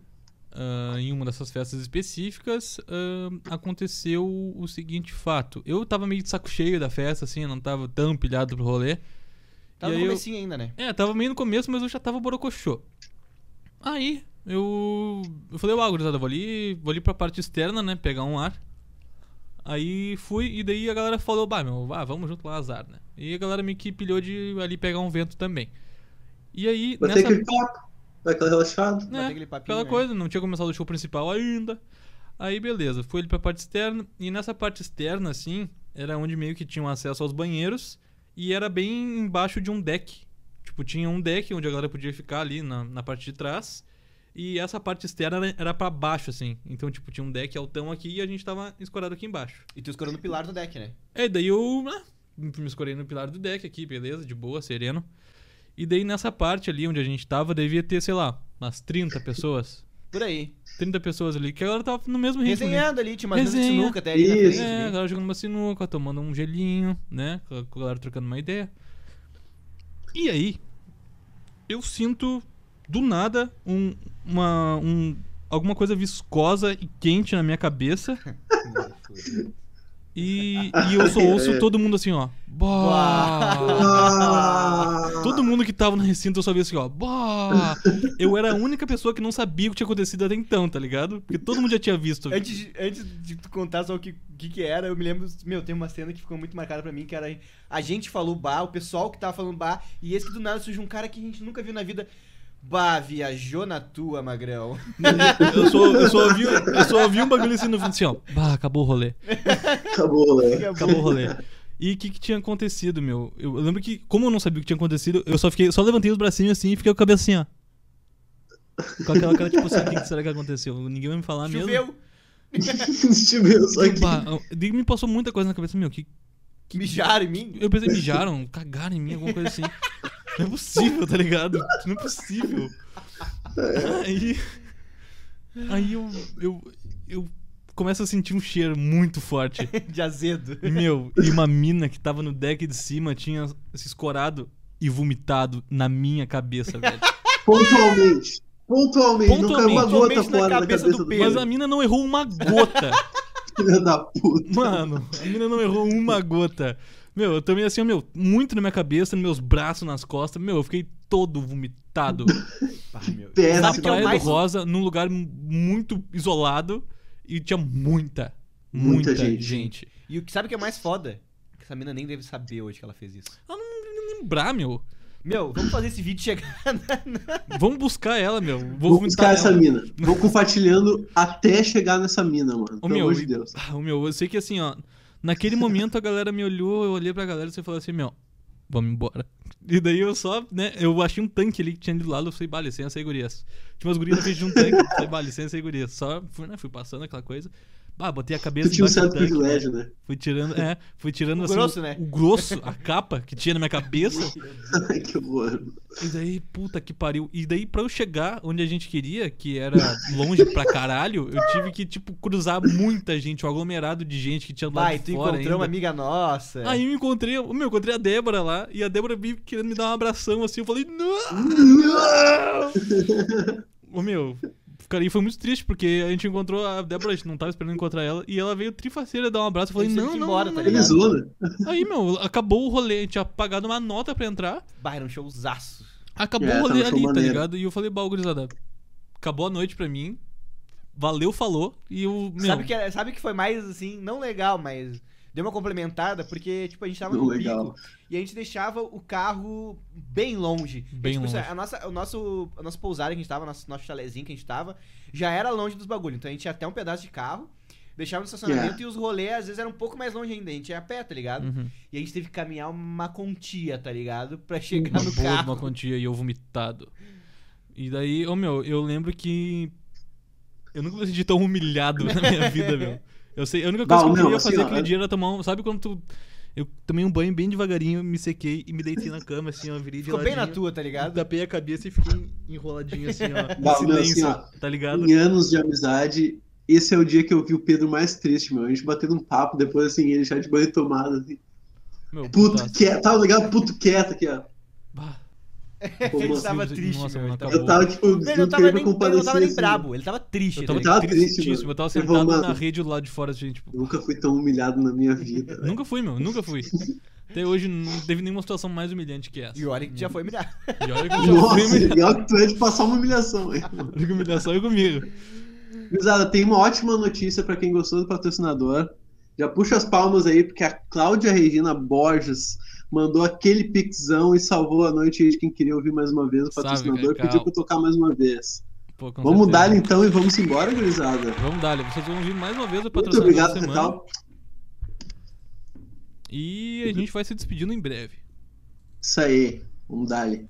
ah, em uma dessas festas específicas, ah, aconteceu o seguinte fato. Eu tava meio de saco cheio da festa, assim, eu não tava tão pilhado pro rolê. Tá E no aí eu- comecinho ainda, né? É, tava meio no começo, mas eu já tava borocochô. Aí, eu. Eu falei, uau, gurizada, eu vou ali, vou ali pra parte externa, né? Pegar um ar. Aí fui, e daí a galera falou, bah, meu, ah, vamos junto lá, azar, né? E a galera meio que pilhou de ali pegar um vento também. E aí, Vai ter nessa. aquele papo, vai aquela relaxada. Bater aquele papinho, É, Aquela né? coisa, não tinha começado o show principal ainda. Aí beleza, fui ele pra parte externa. E nessa parte externa, assim, era onde meio que tinham acesso aos banheiros. E era bem embaixo de um deck. Tipo, tinha um deck onde a galera podia ficar ali na, na parte de trás. E essa parte externa era- era pra baixo, assim. Então, tipo, tinha um deck altão aqui e a gente tava escorado aqui embaixo. E tu escorou no pilar do deck, né? É, daí eu ah, me escorei no pilar do deck aqui, beleza, de boa, sereno. E daí nessa parte ali onde a gente tava, devia ter, sei lá, umas 30 pessoas. Por aí. 30 pessoas ali, que a galera tava no mesmo ritmo. né? Resenhando ali, tinha umas mesas de Resenha. sinuca até ali na frente. Isso. É, a né? galera jogando uma sinuca, tomando um gelinho, né? Com a com a galera trocando uma ideia. E aí, eu sinto do nada um, uma, um, alguma coisa viscosa e quente na minha cabeça. E, e eu só ouço todo mundo assim, ó. Bah. Ah, Todo mundo que tava no recinto eu só via assim, ó. Bah. Eu era a única pessoa que não sabia o que tinha acontecido até então, tá ligado? Porque todo mundo já tinha visto. Antes de, antes de tu contar só o que, que que era, eu me lembro, meu, tem uma cena que ficou muito marcada pra mim, que era a gente falou bar, o pessoal que tava falando bar, e esse que do nada surge um cara que a gente nunca viu na vida. Bah, viajou na tua, magrão. Eu só, eu, só ouvi, eu só ouvi um bagulho assim no fundo, assim, ó. Bah, acabou o rolê. acabou, né? [laughs] Acabou o rolê. E o que, que tinha acontecido, meu? Eu eu lembro que, como eu não sabia o que tinha acontecido, eu só fiquei, só levantei os bracinhos assim e fiquei com a cabeça assim, ó. Com aquela cara, tipo assim, o que que será que aconteceu? Ninguém vai me falar mesmo. Choveu, Estiveu só Eu, aqui. bah, eu- me passou muita coisa na cabeça, meu. Que, mijaram em mim. eu pensei, mijaram, cagaram em mim, alguma coisa assim. Não é possível, tá ligado? Não é possível. Aí. Aí eu. Eu, eu começo a sentir um cheiro muito forte. De azedo. E, Meu, e uma mina que tava no deck de cima tinha se escorado e vomitado na minha cabeça, [laughs] velho. Pontualmente. Pontualmente. Não caiu uma Pontualmente, gota pontualmente na fora da cabeça cabeça, do do Pedro. Mas Pedro. a mina não errou uma [laughs] gota. Filha da puta. Mano, a mina não errou uma gota. Meu, eu tomei assim, ó, meu, muito na minha cabeça, nos meus braços, nas costas. Meu, eu fiquei todo vomitado. Pá, meu. Pedro. Na Sabe o que é o Praia do mais- Rosa, num lugar mu- muito isolado e tinha muita, muita, Muita gente. gente. E o que sabe o que é mais foda? Que essa mina nem deve saber hoje que ela fez isso. Lembrar, meu. Meu, vamos fazer esse vídeo chegar. Vamos buscar ela, meu. Vou Vou vomitar buscar essa ela. mina. Vou compartilhando até chegar nessa mina, mano. Ô, Pelo meu, amor de e- Deus. Ah, [laughs] ô, meu, eu sei que assim, ó. Naquele momento a galera me olhou, eu olhei pra galera e você falou assim, meu, vamos embora. E daí eu só, né, eu achei um tanque ali que tinha ali do lado, eu falei, bah, licença aí, gurias. Tinha umas gurias na frente de um tanque, eu falei, bah, licença aí, gurias. Só fui, né, fui passando aquela coisa. Bah, botei a Tu cabeça tinha um embaixo do certo tanque. né? privilégio, né? [laughs] Fui tirando, é, fui tirando O assim, grosso, né? o grosso, a capa que tinha na minha cabeça. Ai, que horror. E daí, puta que pariu. E daí, pra eu chegar onde a gente queria, que era longe pra caralho, eu tive que, tipo, cruzar muita gente, um aglomerado de gente que tinha do lado Vai, de tu fora encontrou ainda. uma amiga né? nossa. Aí eu encontrei, meu, eu encontrei a Débora lá, e a Débora veio querendo me dar um abração assim, eu falei, não! Ô, meu, cara, e foi muito triste, porque a gente encontrou a Débora, a gente não tava esperando encontrar ela, e ela veio trifaceira dar um abraço, eu falei, Eles não, teve que ir não, embora, não, tá não, Ele ligado? zoou, né? Aí, meu, acabou o rolê, a gente tinha pagado uma nota pra entrar, Bah, era um showzaço. Acabou É, o rolê tava ali, tá maneiro. ligado? E eu falei, bah, gurizada, acabou a noite pra mim. Valeu, falou. E o. Meu, Sabe o que, é, sabe o que foi mais, assim, não legal, mas deu uma complementada, porque, tipo, a gente tava Não no legal. pico e a gente deixava o carro bem longe. Bem tipo, assim, longe. A nossa, o nosso, a nossa pousada que a gente tava, nosso, nosso chalezinho que a gente tava, já era longe dos bagulhos. Então a gente ia até um pedaço de carro, deixava no estacionamento Yeah. e os rolês, às vezes, eram um pouco mais longe ainda. A gente ia a pé, tá ligado? Uhum. E a gente teve que caminhar uma quantia, tá ligado? Pra chegar uma no boa de Uhum. carro. uma quantia e eu vomitado. E daí, ô meu, eu lembro que. Eu nunca me senti tão humilhado [laughs] na minha vida, meu. Eu sei, a única coisa Bah, que eu meu, queria assim, fazer ó, aquele eu- dia era tomar um. Sabe quando tu. Eu tomei um banho bem devagarinho, me sequei e me deitei na cama, assim, ó, virei de Ficou bem na ladinho, tua, tá ligado? Tapei a cabeça e fiquei enroladinho, assim, ó. Bah, em meu, assim, silêncio, ó, tá ligado? Em anos de amizade, esse é o dia que eu vi o Pedro mais triste, meu. A gente batendo um papo, depois assim, ele já de banho tomado, assim. Meu, Puto putaço. quieto, tava ligado, puto quieto [laughs] aqui, ó. Bah, Como Ele assim? tava Nossa, triste, mano, meu. ele acabou. Eu tava, tipo, Ele não queria tava, nem, me ele não compadecer, tava nem assim. brabo, ele tava triste. tá eu tava, Eu tava triste, tristíssimo. mano. eu tava Eu sentado vou, mano. na rede do lado de fora, assim, tipo. Nunca fui tão humilhado na minha vida. [laughs] velho. Nunca fui, meu, nunca fui. Até hoje não teve nenhuma situação mais humilhante que essa. E olha que já foi humilhado. [laughs] E olha que eu já fui Nossa, humilhado. legal que tu é de passar uma humilhação, hein? Olha que humilhação é comigo. Gurizada, tem uma ótima notícia pra quem gostou do patrocinador. Já puxa as palmas aí, porque a Cláudia Regina Borges mandou aquele pixão e salvou a noite aí de quem queria ouvir mais uma vez o Salve, patrocinador. Cacau. pediu pra eu tocar mais uma vez. Pô, com vamos certeza. dar então e vamos embora, gurizada. Vamos dar, vocês vão ouvir mais uma vez o Muito patrocinador da obrigado, semana. Cacau. E Uhum. a gente vai se despedindo em breve. Isso aí, vamos dar ali.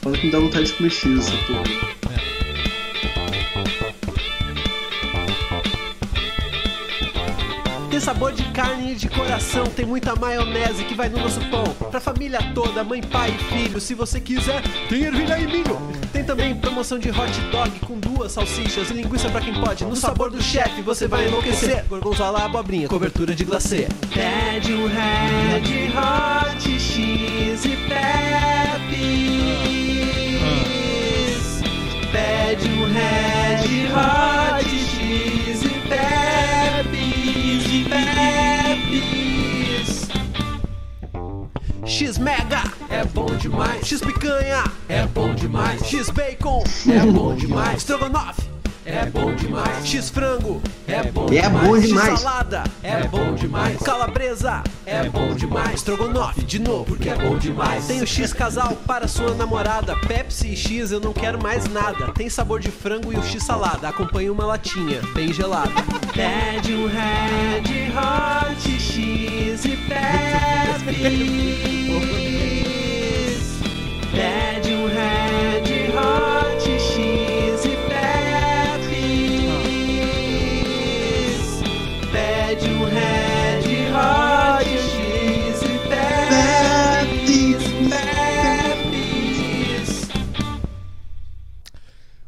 Fala que me dá vontade de comer X essa porra. Tem sabor de carne e de coração, tem muita maionese que vai no nosso pão. Pra família toda, mãe, pai e filho, se você quiser, tem ervilha e milho. Tem também promoção de hot dog com duas salsichas e linguiça pra quem pode. No sabor do chefe, você vai enlouquecer. Gorgonzola, abobrinha, cobertura de glacê. Pede um Red Hot X e Pepsi. Pede um Red Hot X e Pepis, e Pepis. X Mega é bom demais, X Picanha é bom demais, X Bacon é bom demais, Strogonoff é bom demais, X Frango é bom É demais, bom X demais. Salada é bom demais, Calabresa é bom demais, Strogonoff de novo porque é bom demais. Tem o X Casal para sua namorada, Pepsi e X eu não quero mais nada. Tem sabor de frango e o X Salada, acompanha uma latinha bem gelada. Pede um Red Hot X [laughs] e Pepsi. Pede um Red Hot X e Pepsi. Pede um Red Hot X e Pepsi. Pepsi.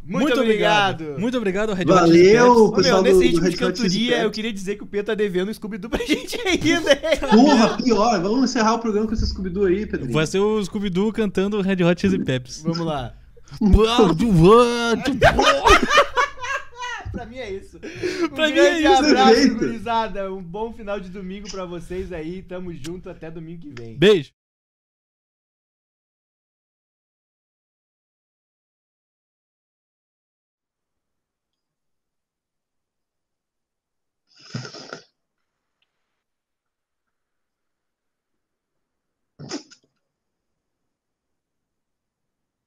Muito, obrigado. Muito obrigado, Red Hot Valeu, Ô, meu, pessoal nesse do, do ritmo de Red Hot Chili cantoria, eu Peppers. queria dizer que o Pedro tá devendo o Scooby-Doo pra [laughs] gente ainda. hein? Porra, pior. Vamos encerrar o programa com esse Scooby-Doo aí, Pedrinho. Vai ser o Scooby-Doo cantando Red Hot Chili Peps. Vamos lá. pra Pra mim é [laughs] isso. Um Pra mim é grande isso, abraço, perfeito. gurizada. Um bom final de domingo pra vocês aí. Tamo junto até domingo que vem. Beijo.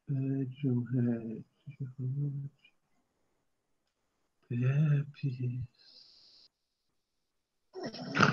Pede um Red Hot Peppers.